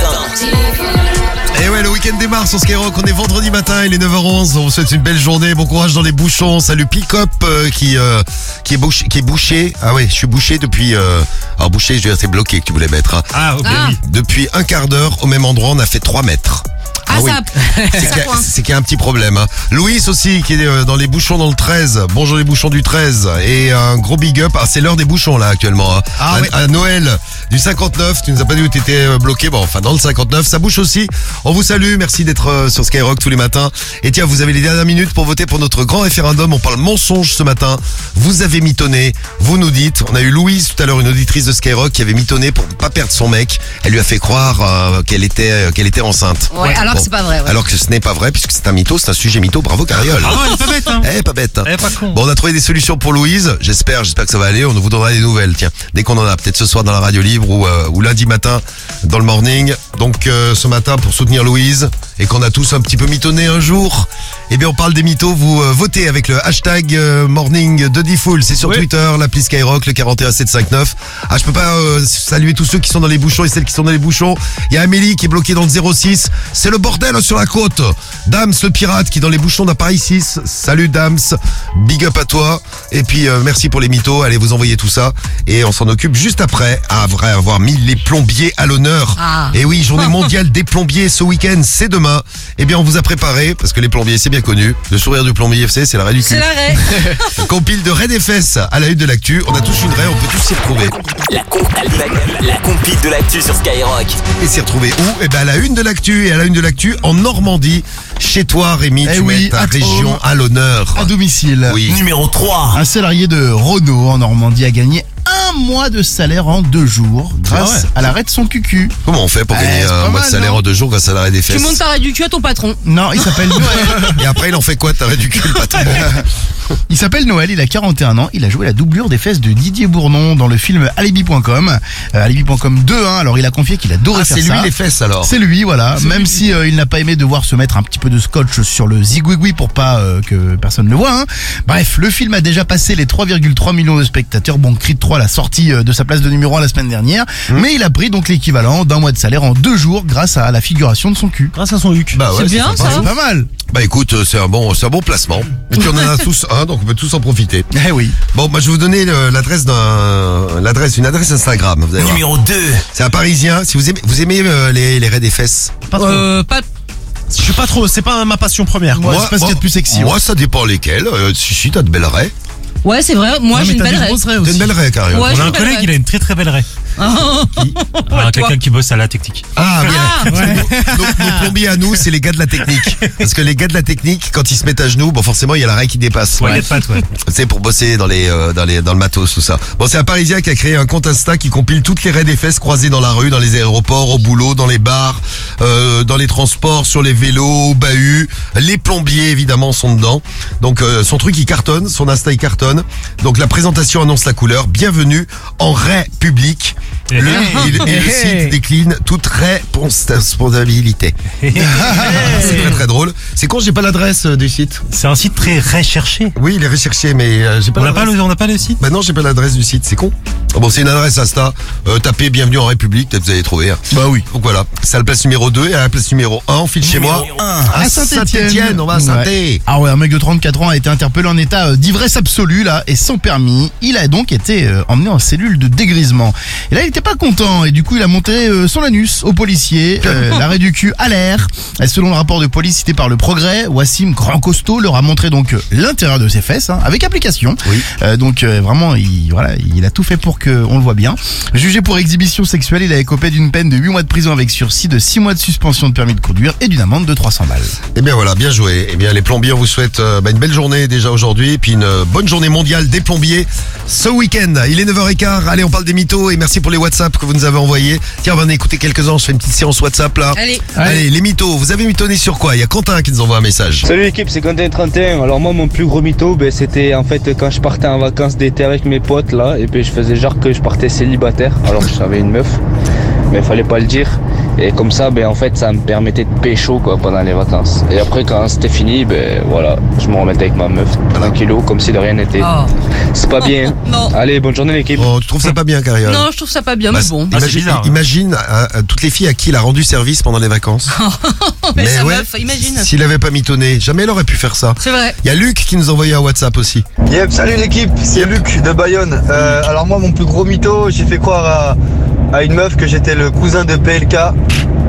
Speaker 3: Et Eh ouais, le week-end démarre sur Skyrock. On est vendredi matin, il est 9h11. On vous souhaite une belle journée. Bon courage dans les bouchons. Salut Pickup euh, qui euh, qui est bouché, qui est bouché. Ah ouais, je suis bouché depuis. euh, alors bouché, je veux dire, c'est bloqué que tu voulais mettre. hein.
Speaker 7: Ah, ok, Ah. oui.
Speaker 3: Depuis un quart d'heure au même endroit, on a fait 3 mètres.
Speaker 7: Ah, ça-
Speaker 3: C'est
Speaker 7: ça
Speaker 3: qu'il y a-
Speaker 7: coince.
Speaker 3: c'est qu'il y a un petit problème. hein. Louis aussi qui est euh, dans les bouchons dans le 13. Bonjour les bouchons du 13 et un gros big up. Ah, c'est l'heure des bouchons là actuellement. hein.
Speaker 4: Ah,
Speaker 3: à,
Speaker 4: ouais.
Speaker 3: à Noël du 59, tu nous as pas dit où t'étais euh, bloqué. Bon, enfin dans le 59, ça bouche aussi. On vous salue, merci d'être euh, sur Skyrock tous les matins. Et tiens, vous avez les dernières minutes pour voter pour notre grand référendum. On parle mensonge ce matin. Vous avez mitonné, vous nous dites. On a eu Louise tout à l'heure, une auditrice de Skyrock qui avait mitonné pour pas perdre son mec. Elle lui a fait croire euh, qu'elle était euh, qu'elle était enceinte.
Speaker 5: Ouais, alors que c'est pas vrai, ouais.
Speaker 3: Alors que ce n'est pas vrai puisque c'est un mytho, c'est un sujet mytho. Bravo Cariole.
Speaker 7: Ah non, elle est pas bête, hein.
Speaker 3: Eh, pas bête. hein.
Speaker 7: Elle est pas con.
Speaker 3: Bon, on a trouvé des solutions pour Louise. J'espère, j'espère que ça va aller. On vous donnera des nouvelles. Tiens, dès qu'on en a, peut-être ce soir dans la radio libre ou, euh, ou lundi matin dans le morning. Donc, euh, ce matin pour soutenir Louise et qu'on a tous un petit peu mitonné un jour. Eh bien, on parle des mythos. Vous euh, votez avec le hashtag euh, morning de Diffoul. C'est sur Twitter, l'appli Skyrock, le 41759. Ah, je peux pas euh, saluer tous ceux qui sont dans les bouchons et celles qui sont dans les bouchons. Il y a Amélie qui est bloquée dans le 06. C'est le bordel sur la côte. Dams, le pirate qui est dans les bouchons d'appareil 6. Salut Dams. Big up à toi. Et puis, euh, merci pour les mythos. Allez vous envoyer tout ça. Et on s'en occupe juste après. Ah, vrai, avoir mis les plombiers à l'honneur.
Speaker 14: Ah.
Speaker 3: Et oui, journée mondiale des plombiers ce week-end, c'est demain. Eh bien, on vous a préparé, parce que les plombiers, c'est bien connu. Le sourire du plombier FC, c'est la raie du cul.
Speaker 5: C'est la raie.
Speaker 3: Compile de raie des fesses à la une de l'actu. On a tous une raie, on peut tous s'y retrouver.
Speaker 1: La, com- la- la compile de l'actu sur Skyrock.
Speaker 3: Et s'y retrouver où Eh ben à la une de l'actu et à la une de l'actu en Normandie. Chez toi, Rémi,
Speaker 4: Eh
Speaker 3: tu
Speaker 4: oui,
Speaker 3: mets ta
Speaker 4: at home.
Speaker 3: région à l'honneur.
Speaker 4: À domicile.
Speaker 3: Oui. Numéro 3.
Speaker 4: Un salarié de Renault en Normandie a gagné un mois de salaire en deux jours grâce
Speaker 3: Ah ouais.
Speaker 4: à l'arrêt de son cucu.
Speaker 3: Comment on fait pour
Speaker 4: Eh,
Speaker 3: gagner
Speaker 4: c'est pas
Speaker 3: un mois de
Speaker 4: mal,
Speaker 3: salaire
Speaker 4: non
Speaker 3: en deux jours grâce à la raie des
Speaker 5: Tu
Speaker 3: fesses
Speaker 5: montes ta raie du cul à ton patron.
Speaker 4: Non, il s'appelle Noël.
Speaker 3: Et après, il en fait quoi, ta raie du cul, le patron
Speaker 4: Il s'appelle Noël, il a 41 ans, il a joué la doublure des fesses de Didier Bournon dans le film Alibi.com. Euh, Alibi.com 2, hein, alors il a confié qu'il adorait
Speaker 3: Ah,
Speaker 4: faire
Speaker 3: c'est lui
Speaker 4: ça.
Speaker 3: les fesses, alors.
Speaker 4: C'est lui, voilà.
Speaker 3: C'est
Speaker 4: Même
Speaker 3: lui.
Speaker 4: si euh, il n'a pas aimé devoir se mettre un petit peu de scotch sur le zigouigoui pour pas euh, que personne le voit. hein. Bref, le film a déjà passé les 3,3 millions de spectateurs. Bon, Creed 3 l'a sortie euh, de sa place de numéro 1 la semaine dernière,
Speaker 3: Mmh.
Speaker 4: mais il a pris donc l'équivalent d'un mois de salaire en deux jours grâce à la figuration de son cul.
Speaker 13: Grâce à son huc.
Speaker 3: Bah ouais,
Speaker 4: C'est bien,
Speaker 13: hein
Speaker 3: sympa.
Speaker 4: ça. C'est pas mal.
Speaker 3: Bah écoute, euh, c'est un bon, c'est un bon placement. Et puis on en a tous un, donc on peut tous en profiter.
Speaker 4: Eh oui.
Speaker 3: Bon, moi je vais vous donner euh, l'adresse d'un, l'adresse, une adresse Instagram. Vous allez voir.
Speaker 1: Numéro 2.
Speaker 3: C'est un Parisien. Si vous aimez, vous aimez euh, les les raies des fesses. Euh,
Speaker 13: Euh, Pas trop. Je suis pas trop, c'est pas ma passion première. quoi.
Speaker 3: Moi,
Speaker 13: c'est pas ce qu'il
Speaker 3: moi-
Speaker 13: y a de plus sexy.
Speaker 3: Moi, ça dépend lesquelles. Euh, si si, t'as de belles raies.
Speaker 5: Ouais, c'est vrai. Moi,
Speaker 13: Non,
Speaker 5: j'ai
Speaker 13: mais
Speaker 5: une
Speaker 13: t'as
Speaker 5: belle
Speaker 13: des
Speaker 5: raie.
Speaker 13: grosses
Speaker 3: T'as une belle raie, carrément.
Speaker 5: Ouais,
Speaker 7: On
Speaker 5: j'ai
Speaker 7: a
Speaker 5: une
Speaker 7: un
Speaker 5: belle
Speaker 7: collègue,
Speaker 5: raie.
Speaker 7: il a une très très belle raie.
Speaker 5: Ah,
Speaker 7: Ah,
Speaker 5: toi.
Speaker 7: Quelqu'un qui bosse à la technique.
Speaker 3: Ah bien. Nos, nos plombiers à nous, c'est les gars de la technique. Parce que les gars de la technique, quand ils se mettent à genoux, bon forcément il y a la raie qui dépasse.
Speaker 7: Ouais, il y a de pattes, ouais.
Speaker 3: C'est pour bosser dans les, euh, dans les dans le matos tout ça. Bon c'est un Parisien qui a créé un compte Insta qui compile toutes les raies des fesses croisées dans la rue, dans les aéroports, au boulot, dans les bars, euh, dans les transports, sur les vélos, au bahut. Les plombiers évidemment sont dedans. Donc euh, son truc il cartonne, son Insta il cartonne. Donc la présentation annonce la couleur. Bienvenue en raie publique. Le, et le- et le site décline toute responsabilité. c'est très très drôle. C'est quand j'ai pas l'adresse euh, du site
Speaker 7: C'est un site très recherché.
Speaker 3: Oui, il est recherché, mais euh, j'ai pas
Speaker 7: On n'a pas
Speaker 3: l'adresse.
Speaker 7: le, on n'a pas le site.
Speaker 3: Bah non, j'ai pas l'adresse du site, c'est con. Ah bon, c'est une adresse Insta. Euh, tapez Bienvenue en République, peut-être vous allez trouver. hein.
Speaker 4: Bah oui.
Speaker 3: Donc voilà, c'est à la place numéro 2 et à la place numéro 1, on file chez moi.
Speaker 4: À
Speaker 3: Saint-Étienne,
Speaker 4: Saint-Étienne,
Speaker 3: on va à saint
Speaker 4: Ouais. Ah ouais, un mec de 34 ans a été interpellé en état euh, d'ivresse absolue là et sans permis. Il a donc été euh, emmené en cellule de dégrisement. Et là, il était pas content et du coup, il a monté euh, son anus au policier. euh, L'arrêt du cul à l'air. Et Selon le rapport de police cité par le Progrès, Wassim Grand Costaud leur a montré donc euh, l'intérieur de ses fesses hein, avec application. Euh, donc euh, vraiment, il voilà, il a tout fait pour que on le voit bien. Jugé pour exhibition sexuelle, il a écopé d'une peine de 8 mois de prison avec sursis, de 6 mois de suspension de permis de conduire et d'une amende de 300 balles.
Speaker 3: Eh bien voilà, bien joué. Eh bien les plombiers, on vous souhaite euh, bah, une belle journée déjà aujourd'hui, et puis une euh, bonne journée mondiale des plombiers ce week-end. Il est 9h15, allez on parle des mythos, et merci pour les WhatsApp que vous nous avez envoyés. Tiens, on va en écouter quelques-uns, je fais une petite séance WhatsApp là.
Speaker 5: Allez.
Speaker 3: Allez, les mythos, vous avez mitonné sur quoi Il y a Quentin qui nous envoie un message.
Speaker 16: Salut l'équipe, c'est Quentin31. Alors moi mon plus gros mytho, ben, c'était en fait quand je partais en vacances d'été avec mes potes ben, là, et puis je faisais genre que je partais célibataire, alors que j'avais une meuf, mais fallait pas le dire. Et comme ça, ben, en fait, ça me permettait de pécho quoi, pendant les vacances. Et après, quand c'était fini, ben, voilà, je me remettais avec ma meuf. Tranquillo, comme si de rien n'était.
Speaker 5: Oh.
Speaker 16: C'est pas bien. hein.
Speaker 5: Non.
Speaker 16: Allez, bonne journée l'équipe.
Speaker 4: Oh,
Speaker 3: tu trouves ça pas bien, Carrière
Speaker 5: Non, je trouve ça pas bien, mais bon.
Speaker 3: euh, bah,
Speaker 10: Ah,
Speaker 3: imagine,
Speaker 5: hein.
Speaker 3: imagine, euh, euh, toutes les filles à qui il a rendu service pendant les vacances.
Speaker 5: Mais sa
Speaker 3: ouais,
Speaker 5: meuf, imagine.
Speaker 3: S'il avait pas mitonné, jamais elle aurait pu faire ça.
Speaker 5: C'est vrai.
Speaker 3: Il y a Luc qui nous envoyait un WhatsApp aussi.
Speaker 8: Yep, salut l'équipe, c'est Luc de Bayonne. Euh, alors moi, mon plus gros mytho, j'ai fait croire à, à une meuf que j'étais le cousin de PLK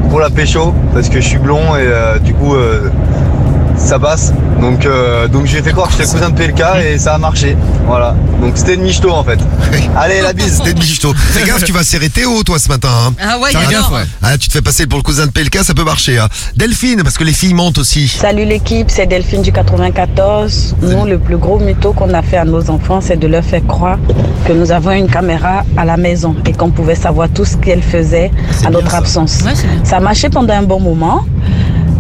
Speaker 8: pour la pécho, parce que je suis blond et euh, du coup, euh, ça passe. Donc, euh, donc j'ai fait croire que j'étais cousin de PLK et ça a marché. Voilà. Donc c'était une michto en fait. Allez, la bise.
Speaker 3: C'était une michto. Fais gaffe, tu vas serrer Théo, toi, ce matin. hein.
Speaker 8: Ah ouais,
Speaker 3: Fais
Speaker 8: il adore.
Speaker 3: Ah, tu te fais passer pour le cousin de PLK, ça peut marcher. hein. Delphine, parce que les filles mentent aussi.
Speaker 14: Salut l'équipe, c'est Delphine du 94. Nous, le plus gros mytho qu'on a fait à nos enfants, c'est de leur faire croire que nous avons une caméra à la maison et qu'on pouvait savoir tout ce qu'elles faisaient à notre absence. ça marchait pendant un bon moment.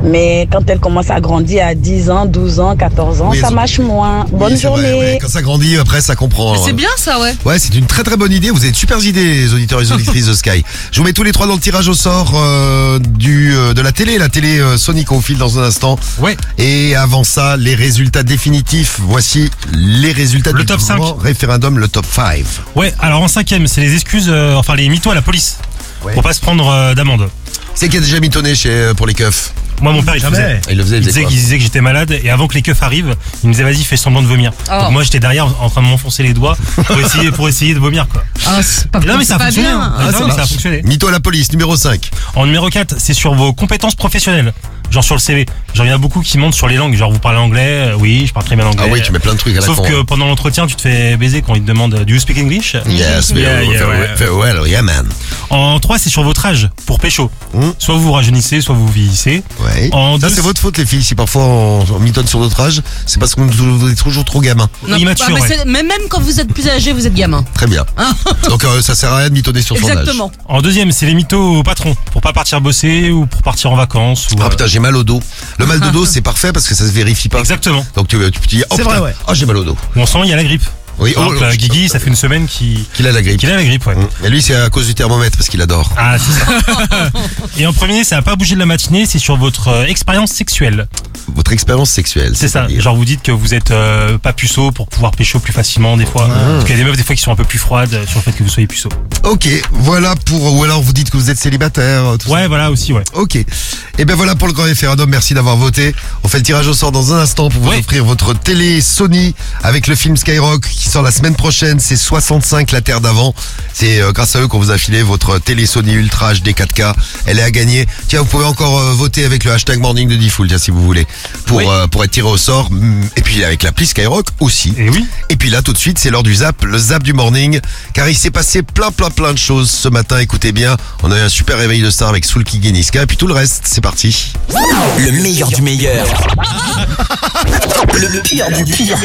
Speaker 14: Mais quand elles commencent à grandir à 10 ans, 12 ans, 14 ans,
Speaker 3: Oui,
Speaker 14: ça
Speaker 3: elles ont-
Speaker 14: marche moins. Bonne
Speaker 3: Oui, c'est vrai,
Speaker 14: journée.
Speaker 3: ouais. Quand ça grandit, après, ça comprend.
Speaker 14: C'est
Speaker 3: hein.
Speaker 14: bien ça, ouais.
Speaker 3: Ouais, c'est une très très bonne idée. Vous avez de super idées, les auditeurs et les auditrices de Sky. Je vous mets tous les trois dans le tirage au sort euh, du euh, de la télé, la télé euh, Sonic au fil dans un instant. Ouais. Et avant ça, les résultats définitifs. Voici les résultats du
Speaker 7: top
Speaker 3: grand
Speaker 7: 5.
Speaker 3: référendum, le top 5.
Speaker 7: Ouais, alors en cinquième, c'est les excuses, euh, enfin les mythos à la police.
Speaker 3: Ouais.
Speaker 7: Pour pas se prendre euh, d'amende.
Speaker 3: C'est qui a déjà mitonné chez, euh, pour les keufs
Speaker 7: Moi, mon père, il
Speaker 3: Jamais.
Speaker 7: faisait.
Speaker 3: Il le faisait, il faisait
Speaker 7: disait,
Speaker 3: quoi
Speaker 7: qu'il disait que j'étais malade et avant que les keufs arrivent, il me disait vas-y, fais semblant de vomir.
Speaker 5: Oh.
Speaker 7: Donc moi, j'étais derrière en train de m'enfoncer les doigts pour essayer, pour essayer de vomir, quoi.
Speaker 5: Ah, c'est pas,
Speaker 7: Non, mais
Speaker 5: c'est
Speaker 7: ça a
Speaker 5: pas
Speaker 7: fonctionné.
Speaker 5: bien.
Speaker 7: hein. Non, mais ça a fonctionné.
Speaker 3: Ah, Mytho à la police, numéro 5.
Speaker 7: En numéro 4, c'est sur vos compétences professionnelles. Genre sur le CV. Genre, il y en a beaucoup qui montent sur les langues. Genre, vous parlez anglais, euh, oui, je parle très bien anglais.
Speaker 3: Ah oui, tu mets plein de trucs à la
Speaker 7: Sauf
Speaker 3: con,
Speaker 7: que
Speaker 3: hein.
Speaker 7: pendant l'entretien, tu te fais baiser quand ils te demandent euh, Do you speak English
Speaker 3: Yes,
Speaker 7: Yeah,
Speaker 3: very,
Speaker 7: yeah,
Speaker 3: very-
Speaker 7: ouais.
Speaker 3: very well, yeah, man. Hmm.
Speaker 7: En 3, c'est sur votre âge, pour pécho. Soit vous rajeunissez, soit vous vieillissez.
Speaker 3: Ouais.
Speaker 7: En
Speaker 3: Ça,
Speaker 7: deux-
Speaker 3: c'est votre faute, les filles. Si parfois on, on mitonne sur notre âge, c'est parce qu'on vous est toujours trop gamin.
Speaker 5: Non, bah, mais c'est- mais même quand vous êtes plus âgé, vous êtes gamin.
Speaker 3: Très bien. Donc euh, ça sert à rien de mitonner sur son âge.
Speaker 5: Exactement.
Speaker 7: En deuxième, c'est les mythos au patron. Pour pas partir bosser ou pour partir en vacances. Ou, euh,
Speaker 3: Ah putain, j'ai mal au dos. Le mal de dos, c'est parfais parce que ça se vérifie pas.
Speaker 7: Exactement.
Speaker 3: Donc tu, tu te dis, oh
Speaker 7: C'est vrai,
Speaker 3: putain,
Speaker 7: ouais.
Speaker 3: oh, j'ai mal au dos.
Speaker 7: On sent, il y a la grippe.
Speaker 3: Oui,
Speaker 7: Alors
Speaker 3: oh,
Speaker 7: que, euh,
Speaker 3: je-
Speaker 7: Guigui, ça fait une semaine qu'il
Speaker 3: Qu'il a la grippe. Mmh.
Speaker 7: qu'il a la grippe, ouais.
Speaker 3: Et lui, c'est à cause du thermomètre parce qu'il adore.
Speaker 7: Ah, c'est ça. Et en premier, ça n'a pas bougé de la matinée, c'est sur votre euh, expérience sexuelle.
Speaker 3: Votre expérience sexuelle.
Speaker 7: C'est ça. Genre, vous dites que vous êtes euh, pas puceau pour pouvoir pécho plus facilement, des
Speaker 3: Ah.
Speaker 7: fois. Parce qu'il y a des meufs, des fois, qui sont un peu plus froides euh, sur le fait que vous soyez puceau.
Speaker 3: Ok, voilà pour. Ou alors vous dites que vous êtes célibataire. Tout ouais,
Speaker 7: voilà aussi, ouais.
Speaker 3: Ok. Et bien voilà pour le grand référendum. Merci d'avoir voté. On fait le tirage au sort dans un instant pour vous offrir votre télé Sony avec le film Skyrock qui sort la semaine prochaine. C'est 65 La Terre d'avant. C'est euh, grâce à eux qu'on vous a filé votre télé Sony Ultra HD 4K. Elle est à gagner. Tiens, vous pouvez encore euh, voter avec le hashtag Morning de Diffoul, tiens, si vous voulez, pour euh, pour être tiré au sort. Mm, Et puis avec l'appli Skyrock aussi.
Speaker 7: Et oui.
Speaker 3: Et puis là, tout de suite, c'est l'heure du zap, le zap du morning, car il s'est passé plein, plein, plein de choses ce matin. Écoutez bien, on a eu un super réveil de star avec Soul Kid Niska, et puis tout le reste, c'est parti.
Speaker 1: Le meilleur du meilleur. Le pire du pire.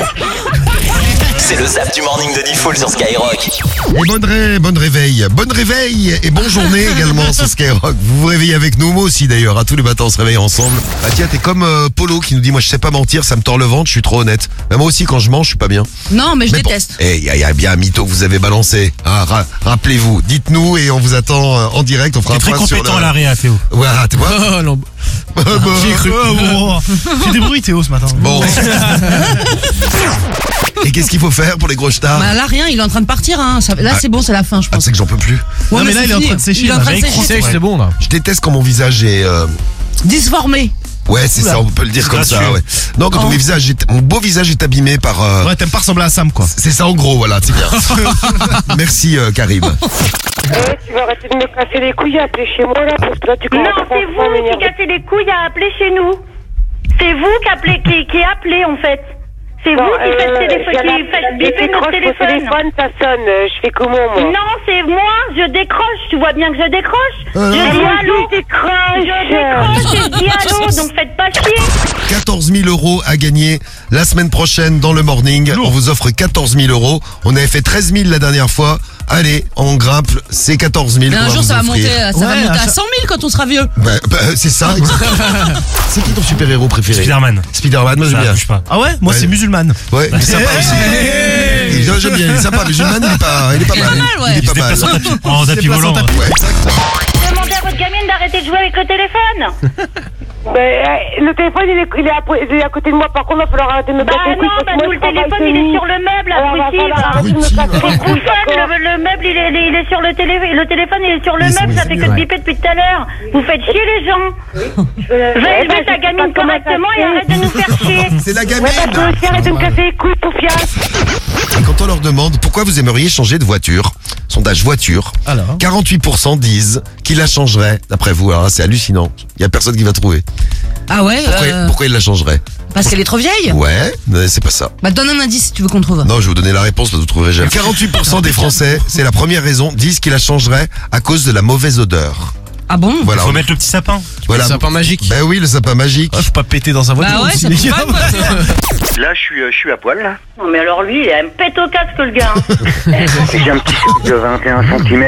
Speaker 1: C'est le zap du morning de Default sur Skyrock.
Speaker 3: Et bonne, ré- bonne réveil, bonne réveil et bonne journée également sur Skyrock. Vous vous réveillez avec nous, moi aussi d'ailleurs. À tous les matins, on se réveille ensemble. Ah tiens, t'es comme euh, Polo qui nous dit, moi je sais pas mentir, ça me tord le ventre, je suis trop honnête. Mais moi aussi, quand je mens, je suis pas bien.
Speaker 5: Non, mais je déteste.
Speaker 3: Eh, il y, a- il y a bien un mytho que vous avez balancé. hein. Ra- Rappelez-vous, dites-nous et on vous attend euh, en direct. On fera un
Speaker 7: Très
Speaker 3: point sur
Speaker 7: compétent
Speaker 3: le-
Speaker 7: à l'arrêt, à Théo.
Speaker 3: Ouais, ah, tu
Speaker 5: Oh,
Speaker 3: vois
Speaker 24: Oh,
Speaker 4: Ah, bah,
Speaker 13: J'ai cru. J'ai des bruits, Théo, ce matin.
Speaker 3: Bon. Et qu'est-ce qu'il faut faire pour les gros stars
Speaker 5: Bah, là, rien, il est en train de partir. Hein. Ça- Là,
Speaker 3: Ah.
Speaker 5: c'est bon, c'est la fin, je
Speaker 3: Ah,
Speaker 5: pense.
Speaker 3: tu sais que j'en peux plus.
Speaker 5: Ouais, Non, mais mais là, c'est il est en fini. train de sécher, Il est en là. Bah, train de sécher. Ouais.
Speaker 3: bon là. Je déteste quand mon visage est. euh,
Speaker 5: Disformé.
Speaker 3: Ouais, c'est
Speaker 5: Oula.
Speaker 3: ça, on peut le dire comme ça.
Speaker 5: Gracieux.
Speaker 3: Ouais. Non, quand
Speaker 5: Oh.
Speaker 3: mon visage, est... mon beau visage est abîmé par. euh,
Speaker 13: Ouais, t'aimes pas ressembler à Sam, quoi.
Speaker 3: C'est ça en gros, voilà, c'est bien. Merci euh, Karim.
Speaker 20: Eh, tu vas arrêter de me casser les couilles à appeler chez moi là parce que là tu Non, c'est vous qui cassez les couilles à appeler chez nous. C'est vous qui appelez, qui, qui appelez en fait. C'est vous qui faites téléphone, qui faites bipper notre téléphone. téléphone, ça sonne. euh, Je fais comment moi Non, c'est moi. Je décroche. Tu vois bien que je décroche.
Speaker 3: Euh,
Speaker 20: je
Speaker 3: non.
Speaker 20: dis
Speaker 3: Moi,
Speaker 20: allô. Je décroche. Je décroche. et Je dis allô. Donc faites pas chier.
Speaker 3: 14 000 euros à gagner la semaine prochaine dans le morning. On vous offre 14 000 euros. On avait fait 13 000 la dernière fois. Allez, on grimpe, c'est 14 000.
Speaker 5: Mais
Speaker 3: qu'on
Speaker 5: un
Speaker 3: va
Speaker 5: jour,
Speaker 3: vous
Speaker 5: ça va
Speaker 3: offrir.
Speaker 5: monter, ça va monter à 100 000 quand on sera vieux.
Speaker 3: Bah, bah, c'est ça, exactement. c'est qui ton super-héros préféré
Speaker 7: Spider-Man.
Speaker 3: Spider-Man, moi j'aime
Speaker 7: Ça
Speaker 3: bien.
Speaker 7: bouge pas.
Speaker 13: Ah ouais Moi,
Speaker 3: Ouais.
Speaker 13: c'est musulmane.
Speaker 3: Ouais, il est sympa aussi. Il est- J'aime bien, il est sympa, mais Juman, il est pas, il est pas
Speaker 5: mal,
Speaker 3: mal.
Speaker 5: ouais.
Speaker 3: Il est
Speaker 5: Il se
Speaker 3: pas mal.
Speaker 5: déplace en tapis-
Speaker 7: en tapis
Speaker 3: Il se déplace
Speaker 7: volant.
Speaker 3: Ouais, exact.
Speaker 20: Demandez à votre gamine d'arrêter de jouer
Speaker 21: téléphone
Speaker 8: Ben, euh, le téléphone, il est, il, est à, il est à côté de moi. Par contre, il va falloir arrêter de me
Speaker 21: Bah
Speaker 8: casser les couilles.
Speaker 21: non,
Speaker 8: parce que
Speaker 21: bah
Speaker 8: moi,
Speaker 21: nous,
Speaker 8: je
Speaker 21: le téléphone,
Speaker 8: travaille
Speaker 21: il est
Speaker 8: chez
Speaker 21: sur
Speaker 8: nous.
Speaker 21: le meuble,
Speaker 8: Alors, il va
Speaker 21: abruti,
Speaker 8: falloir
Speaker 21: va.
Speaker 8: arrêter de me casser les couilles, d'accord
Speaker 21: Téléphone, le, le meuble, il est, il est sur le téléphone. Le téléphone, il est sur le
Speaker 8: Ils sont-
Speaker 21: meuble.
Speaker 8: ils
Speaker 21: Ça
Speaker 8: sont
Speaker 21: fait que de
Speaker 8: nuls, ouais.
Speaker 21: biper depuis tout à l'heure. Vous faites chier les gens. Vais
Speaker 8: Ouais, bah,
Speaker 21: jouer ta
Speaker 8: je sais pas
Speaker 21: gamine
Speaker 8: comment ça
Speaker 21: correctement
Speaker 8: se
Speaker 21: et arrête de nous faire chier.
Speaker 3: C'est la gamine.
Speaker 8: Ouais, bah, toi aussi, arrête de me casser les couilles, poufias.
Speaker 3: Et quand on leur demande pourquoi vous aimeriez changer de voiture, sondage voiture, 48% disent qu'ils la changeraient, d'après vous. Alors là, c'est hallucinant. Il y a personne qui va trouver.
Speaker 5: Ah ouais
Speaker 3: Pourquoi,
Speaker 5: euh,
Speaker 3: pourquoi ils la changeraient
Speaker 5: Parce qu'elle est trop vieille
Speaker 3: Ouais, mais c'est pas ça.
Speaker 5: Bah donne un indice si tu veux qu'on trouve.
Speaker 3: Non, je vais vous donner la réponse, là, vous trouverez jamais. 48% des Français, c'est la première raison, disent qu'ils la changeraient à cause de la mauvaise odeur.
Speaker 5: Ah bon
Speaker 3: Voilà.
Speaker 25: Faut mettre le petit sapin.
Speaker 3: Voilà.
Speaker 25: Le sapin
Speaker 3: magique. Ben oui, le sapin magique. faut pas péter dans un
Speaker 21: voiture Bah ouais, aussi, ça les peut gars. pas, quoi.
Speaker 22: Là, je suis, euh, je suis à poil, là.
Speaker 21: Non, mais alors lui, il a un pète au casque, le gars.
Speaker 22: J'ai un petit sac de 21 cm.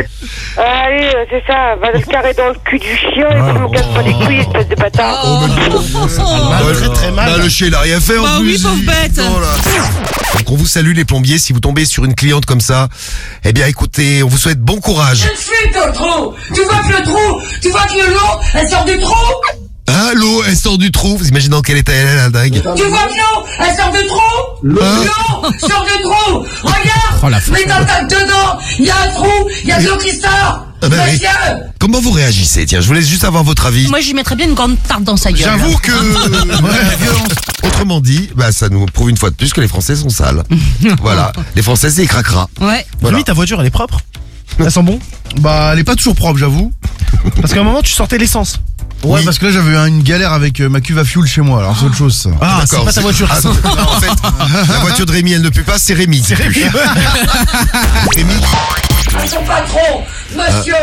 Speaker 8: Allez, euh, c'est ça, va le carrer dans le cul du chien et puis me casse pas
Speaker 3: oh.
Speaker 8: les couilles, espèce de bâtard.
Speaker 3: bah, très très mal. Bah, le chien, il a rien fait
Speaker 13: Bah
Speaker 3: en plus. Oh,
Speaker 5: bête
Speaker 3: Donc on vous salue les plombiers, si vous tombez sur une cliente comme ça, eh bien écoutez, on vous souhaite bon courage.
Speaker 13: suis dans le trou Tu vois que le trou Tu vois que l'eau, elle sort du trou
Speaker 3: Ah, l'eau, elle sort du trou. Vous imaginez dans quel état elle est, la dingue. Ah.
Speaker 13: Tu vois que l'eau, elle sort du trou
Speaker 3: L'eau.
Speaker 13: L'eau sort du trou Regarde
Speaker 3: Oh, la folie.
Speaker 13: Mais quand t'as dedans, il y a un trou, il y a de l'eau qui sort
Speaker 3: Ah bah oui.
Speaker 13: Monsieur
Speaker 3: Comment vous réagissez Tiens, je vous laisse juste avoir votre avis.
Speaker 5: Moi j'y mettrais bien une grande tarte dans sa gueule.
Speaker 3: J'avoue que la violence. Autrement dit, bah, ça nous prouve une fois de plus que les Français sont sales. voilà. Les Français, c'est cracra.
Speaker 5: Ouais.
Speaker 3: Voilà.
Speaker 24: Limite, ta voiture, elle est propre. Elle sent bon
Speaker 4: Bah, elle est pas toujours propre, j'avoue.
Speaker 24: Parce qu'à un moment, tu sortais l'essence.
Speaker 4: Ouais, parce que là j'avais eu une galère avec euh, ma cuve à fuel chez moi, alors c'est autre chose. ça.
Speaker 24: Ah, c'est
Speaker 4: D'accord,
Speaker 24: pas ta voiture.
Speaker 4: Ah, non.
Speaker 3: en fait, la voiture de Rémi, elle ne pue pas, c'est Rémi. qui pue. Rémi.
Speaker 13: Monsieur patron Monsieur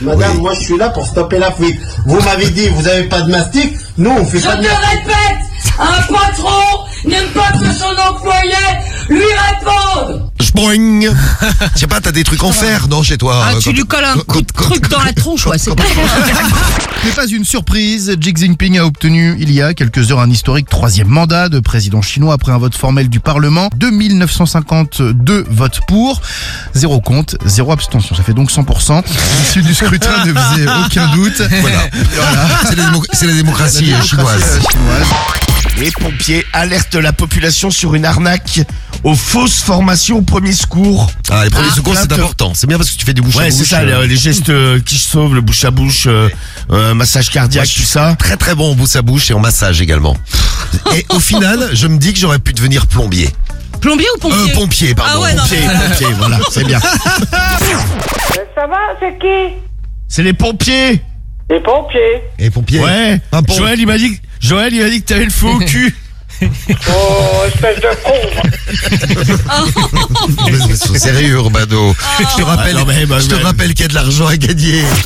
Speaker 26: Madame, moi je suis là pour stopper la fuite. Vous m'avez dit, vous avez pas de mastic, nous on fait
Speaker 13: Je
Speaker 26: pas de
Speaker 13: te répète Un patron n'aime pas que son employé lui réponde
Speaker 3: J'boing. Je sais pas, t'as des trucs en fer, non, chez toi
Speaker 5: Ah,
Speaker 3: euh,
Speaker 5: tu
Speaker 3: quand-
Speaker 5: lui colles un coup de truc dans la tronche, ouais, c'est
Speaker 4: Ce n'est pas une surprise, Xi Jinping a obtenu il y a quelques heures un historique troisième mandat de président chinois après un vote formel du Parlement. 2952 votes pour, zéro compte, zéro abstention. Ça fait donc 100%. L'issue du scrutin ne faisait aucun doute.
Speaker 3: Voilà. C'est la, démo- c'est la démocratie euh, chinoise.
Speaker 12: Les pompiers alertent la population sur une arnaque aux fausses formations au premier secours.
Speaker 3: Ah, les premiers secours, c'est
Speaker 12: Plainte-
Speaker 3: important. C'est bien parce que tu fais du bouche à
Speaker 12: Ouais,
Speaker 3: bouche.
Speaker 12: c'est ça,
Speaker 3: euh,
Speaker 12: les, les gestes euh, qui sauvent, le bouche à bouche, euh, euh, massage cardiaque, tout ça.
Speaker 3: Très très bon en bouche à bouche et en massage également. Et au final, je me dis que j'aurais pu devenir plombier.
Speaker 5: Plombier ou pompier
Speaker 3: Euh, pompier, pardon.
Speaker 5: Ah ouais, non,
Speaker 3: pompier,
Speaker 5: mais voilà.
Speaker 3: pompier, voilà, c'est bien. Eh,
Speaker 8: Ça va, c'est qui
Speaker 12: C'est les pompiers
Speaker 8: Les pompiers.
Speaker 3: Et pompier.
Speaker 12: Ouais Joël, il m'a dit, que- Joël, il m'a dit que t'avais le feu au cul
Speaker 8: Oh, espèce de con
Speaker 3: Mais ils sont Sérieux, Urbano. Je te rappelle,
Speaker 12: Ah, non, mais, bah,
Speaker 3: je te
Speaker 12: mais-
Speaker 3: rappelle qu'il y a de l'argent à gagner.
Speaker 8: Vous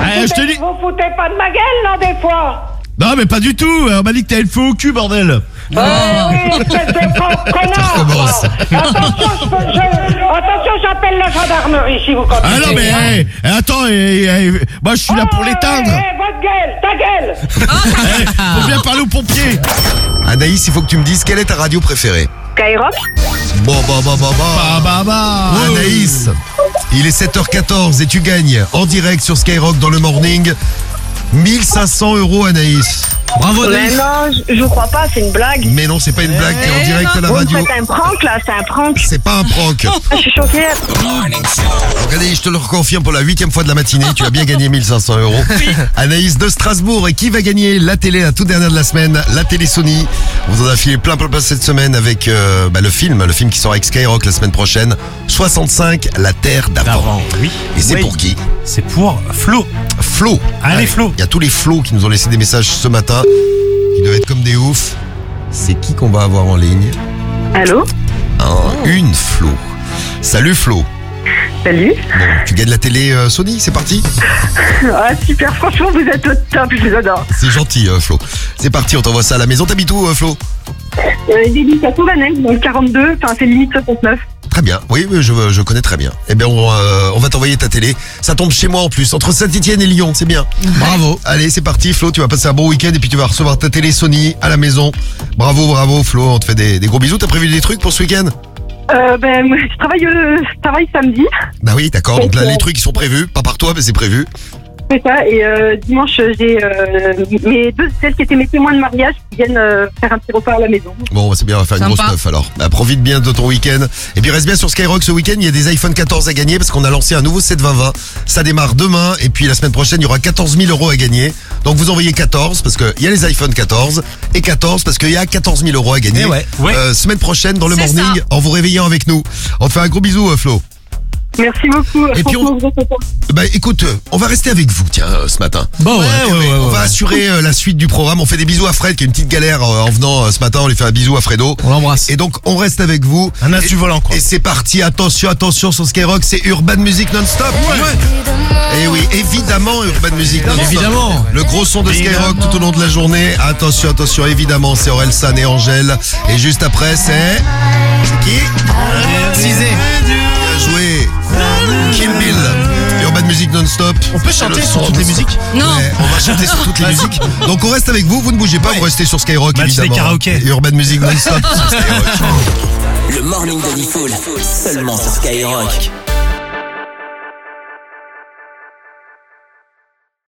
Speaker 12: Ah, je te
Speaker 8: foutez-
Speaker 12: dis-
Speaker 8: Vous foutez pas de ma gueule, là, des fois
Speaker 12: Non, mais pas du tout Euh, On m'a dit que t'avais le feu au cul, bordel
Speaker 5: Ah.
Speaker 8: Oh, oui, espèce de con, connard
Speaker 12: recommence.
Speaker 8: quoi. Attention, je peux- je- attention, j'appelle la gendarmerie, si vous continuez
Speaker 12: Ah non, mais
Speaker 8: hein.
Speaker 3: eh,
Speaker 12: hey, hey, attends, eh, hey, hey, moi je suis là pour l'éteindre
Speaker 8: Eh, votre gueule, ta gueule
Speaker 3: Eh.
Speaker 12: Hey, Faut bien parler aux pompiers
Speaker 3: Anaïs, il faut que tu me dises quelle est ta radio préférée.
Speaker 8: Skyrock
Speaker 3: Bon, bah, bah, bah, bah.
Speaker 12: Bah, bah, bah.
Speaker 3: Anaïs, il est 7h14 et tu gagnes en direct sur Skyrock dans le morning 1500 euros, Anaïs. Bravo,
Speaker 8: Mais
Speaker 3: Anaïs. Eh
Speaker 8: non, je, je vous crois pas, c'est une blague.
Speaker 3: Mais non, c'est pas une blague, t'es en direct à la
Speaker 8: Vous me
Speaker 3: radio.
Speaker 8: faites un prank, là, c'est un prank.
Speaker 3: C'est pas un prank.
Speaker 8: Je suis choquée.
Speaker 3: Regardez, je te le confirme pour la huitième fois de la matinée, tu as bien gagné 1500 euros. Anaïs de Strasbourg, et qui va gagner la télé, la toute dernière de la semaine, la télé Sony. On vous en a filé plein plein plein cette semaine avec euh, bah, le film, le film qui sort avec Skyrock la semaine prochaine, 65, La Terre d'avant.
Speaker 25: oui.
Speaker 3: Et c'est
Speaker 25: Oui.
Speaker 3: pour qui
Speaker 25: C'est pour Flo.
Speaker 3: Flo.
Speaker 25: Allez, Flo.
Speaker 3: Il y a tous les flots qui nous ont laissé des messages ce matin, qui doivent être comme des oufs. C'est qui qu'on va avoir en ligne
Speaker 8: Allô
Speaker 3: Un,
Speaker 25: Oh.
Speaker 3: Une Flo. Salut Flo.
Speaker 8: Salut.
Speaker 3: Bon, tu gagnes la télé euh, Sony, c'est parti
Speaker 8: Ah, super, franchement, vous êtes au top, je vous adore.
Speaker 3: C'est gentil, euh, Flo. C'est parti, on t'envoie ça à la maison. T'habites où, euh, Flo
Speaker 8: Euh, il est à Touraine, donc 42, enfin, c'est limite 69.
Speaker 3: Très bien. Oui, oui, je, je connais très bien. Eh bien, on, euh, on va t'envoyer ta télé. Ça tombe chez moi en plus, entre Saint-Etienne et Lyon. C'est bien. Bravo. Allez, c'est parti, Flo. Tu vas passer un bon week-end et puis tu vas recevoir ta télé Sony à la maison. Bravo, bravo, Flo. On te fait des, des gros bisous. T'as prévu des trucs pour ce week-end
Speaker 8: Euh, ben, moi, je travaille, euh, je travaille samedi.
Speaker 3: Bah oui, d'accord. Donc là, les trucs, ils sont prévus. Pas par toi, mais c'est prévu.
Speaker 9: C'est ça, et euh, dimanche, j'ai euh, mes deux, celles qui étaient mes témoins de mariage qui viennent euh, faire un petit repas à la maison.
Speaker 3: Bon, bah, c'est bien, on va faire une
Speaker 9: Sympa.
Speaker 3: grosse meuf alors. Bah, profite bien de ton week-end. Et puis reste bien sur Skyrock ce week-end. Il y a des iPhone 14 à gagner parce qu'on a lancé un nouveau 720. Ça démarre demain. Et puis la semaine prochaine, il y aura 14 000 euros à gagner. Donc vous envoyez 14 parce qu'il y a les iPhone 14 et 14 parce qu'il y a 14 000 euros à gagner.
Speaker 13: Eh ouais, ouais.
Speaker 3: Euh, semaine prochaine, dans le
Speaker 9: C'est
Speaker 3: morning, en vous réveillant avec nous. On fait un gros bisou, euh, Flo.
Speaker 9: Merci beaucoup.
Speaker 3: Et puis on-
Speaker 9: Franchement, vous êtes sympa.
Speaker 3: Bah écoute, euh, on va rester avec vous, tiens, euh, ce matin.
Speaker 13: Bon, ouais, ouais, ouais,
Speaker 3: on
Speaker 13: ouais,
Speaker 3: va
Speaker 13: ouais.
Speaker 3: assurer euh, la suite du programme. On fait des bisous à Fred qui a une petite galère euh, en venant euh, ce matin. On lui fait un bisou à Fredo. On l'embrasse. Et donc on reste avec vous. Un as du volant quoi. Et c'est parti. Attention, attention sur Skyrock, c'est Urban Music non-stop. Et oui, évidemment Urban Music non-stop.
Speaker 13: Évidemment.
Speaker 3: Le gros son de Skyrock tout au long de la journée. Attention, attention. Évidemment, c'est Aurel San et Angèle. Et juste après, c'est qui Cisé. Bien joué. Kill Bill. Urban Music non-stop. On
Speaker 13: peut chanter sur toutes les musiques
Speaker 5: Non.
Speaker 3: On va chanter sur toutes les musiques. Donc on reste avec vous, vous ne bougez pas, vous restez sur Skyrock
Speaker 13: Match des
Speaker 3: évidemment.
Speaker 13: karaokés.
Speaker 3: Urban Music non-stop. sur Skyrock.
Speaker 1: Le morning de Default, seulement sur Skyrock.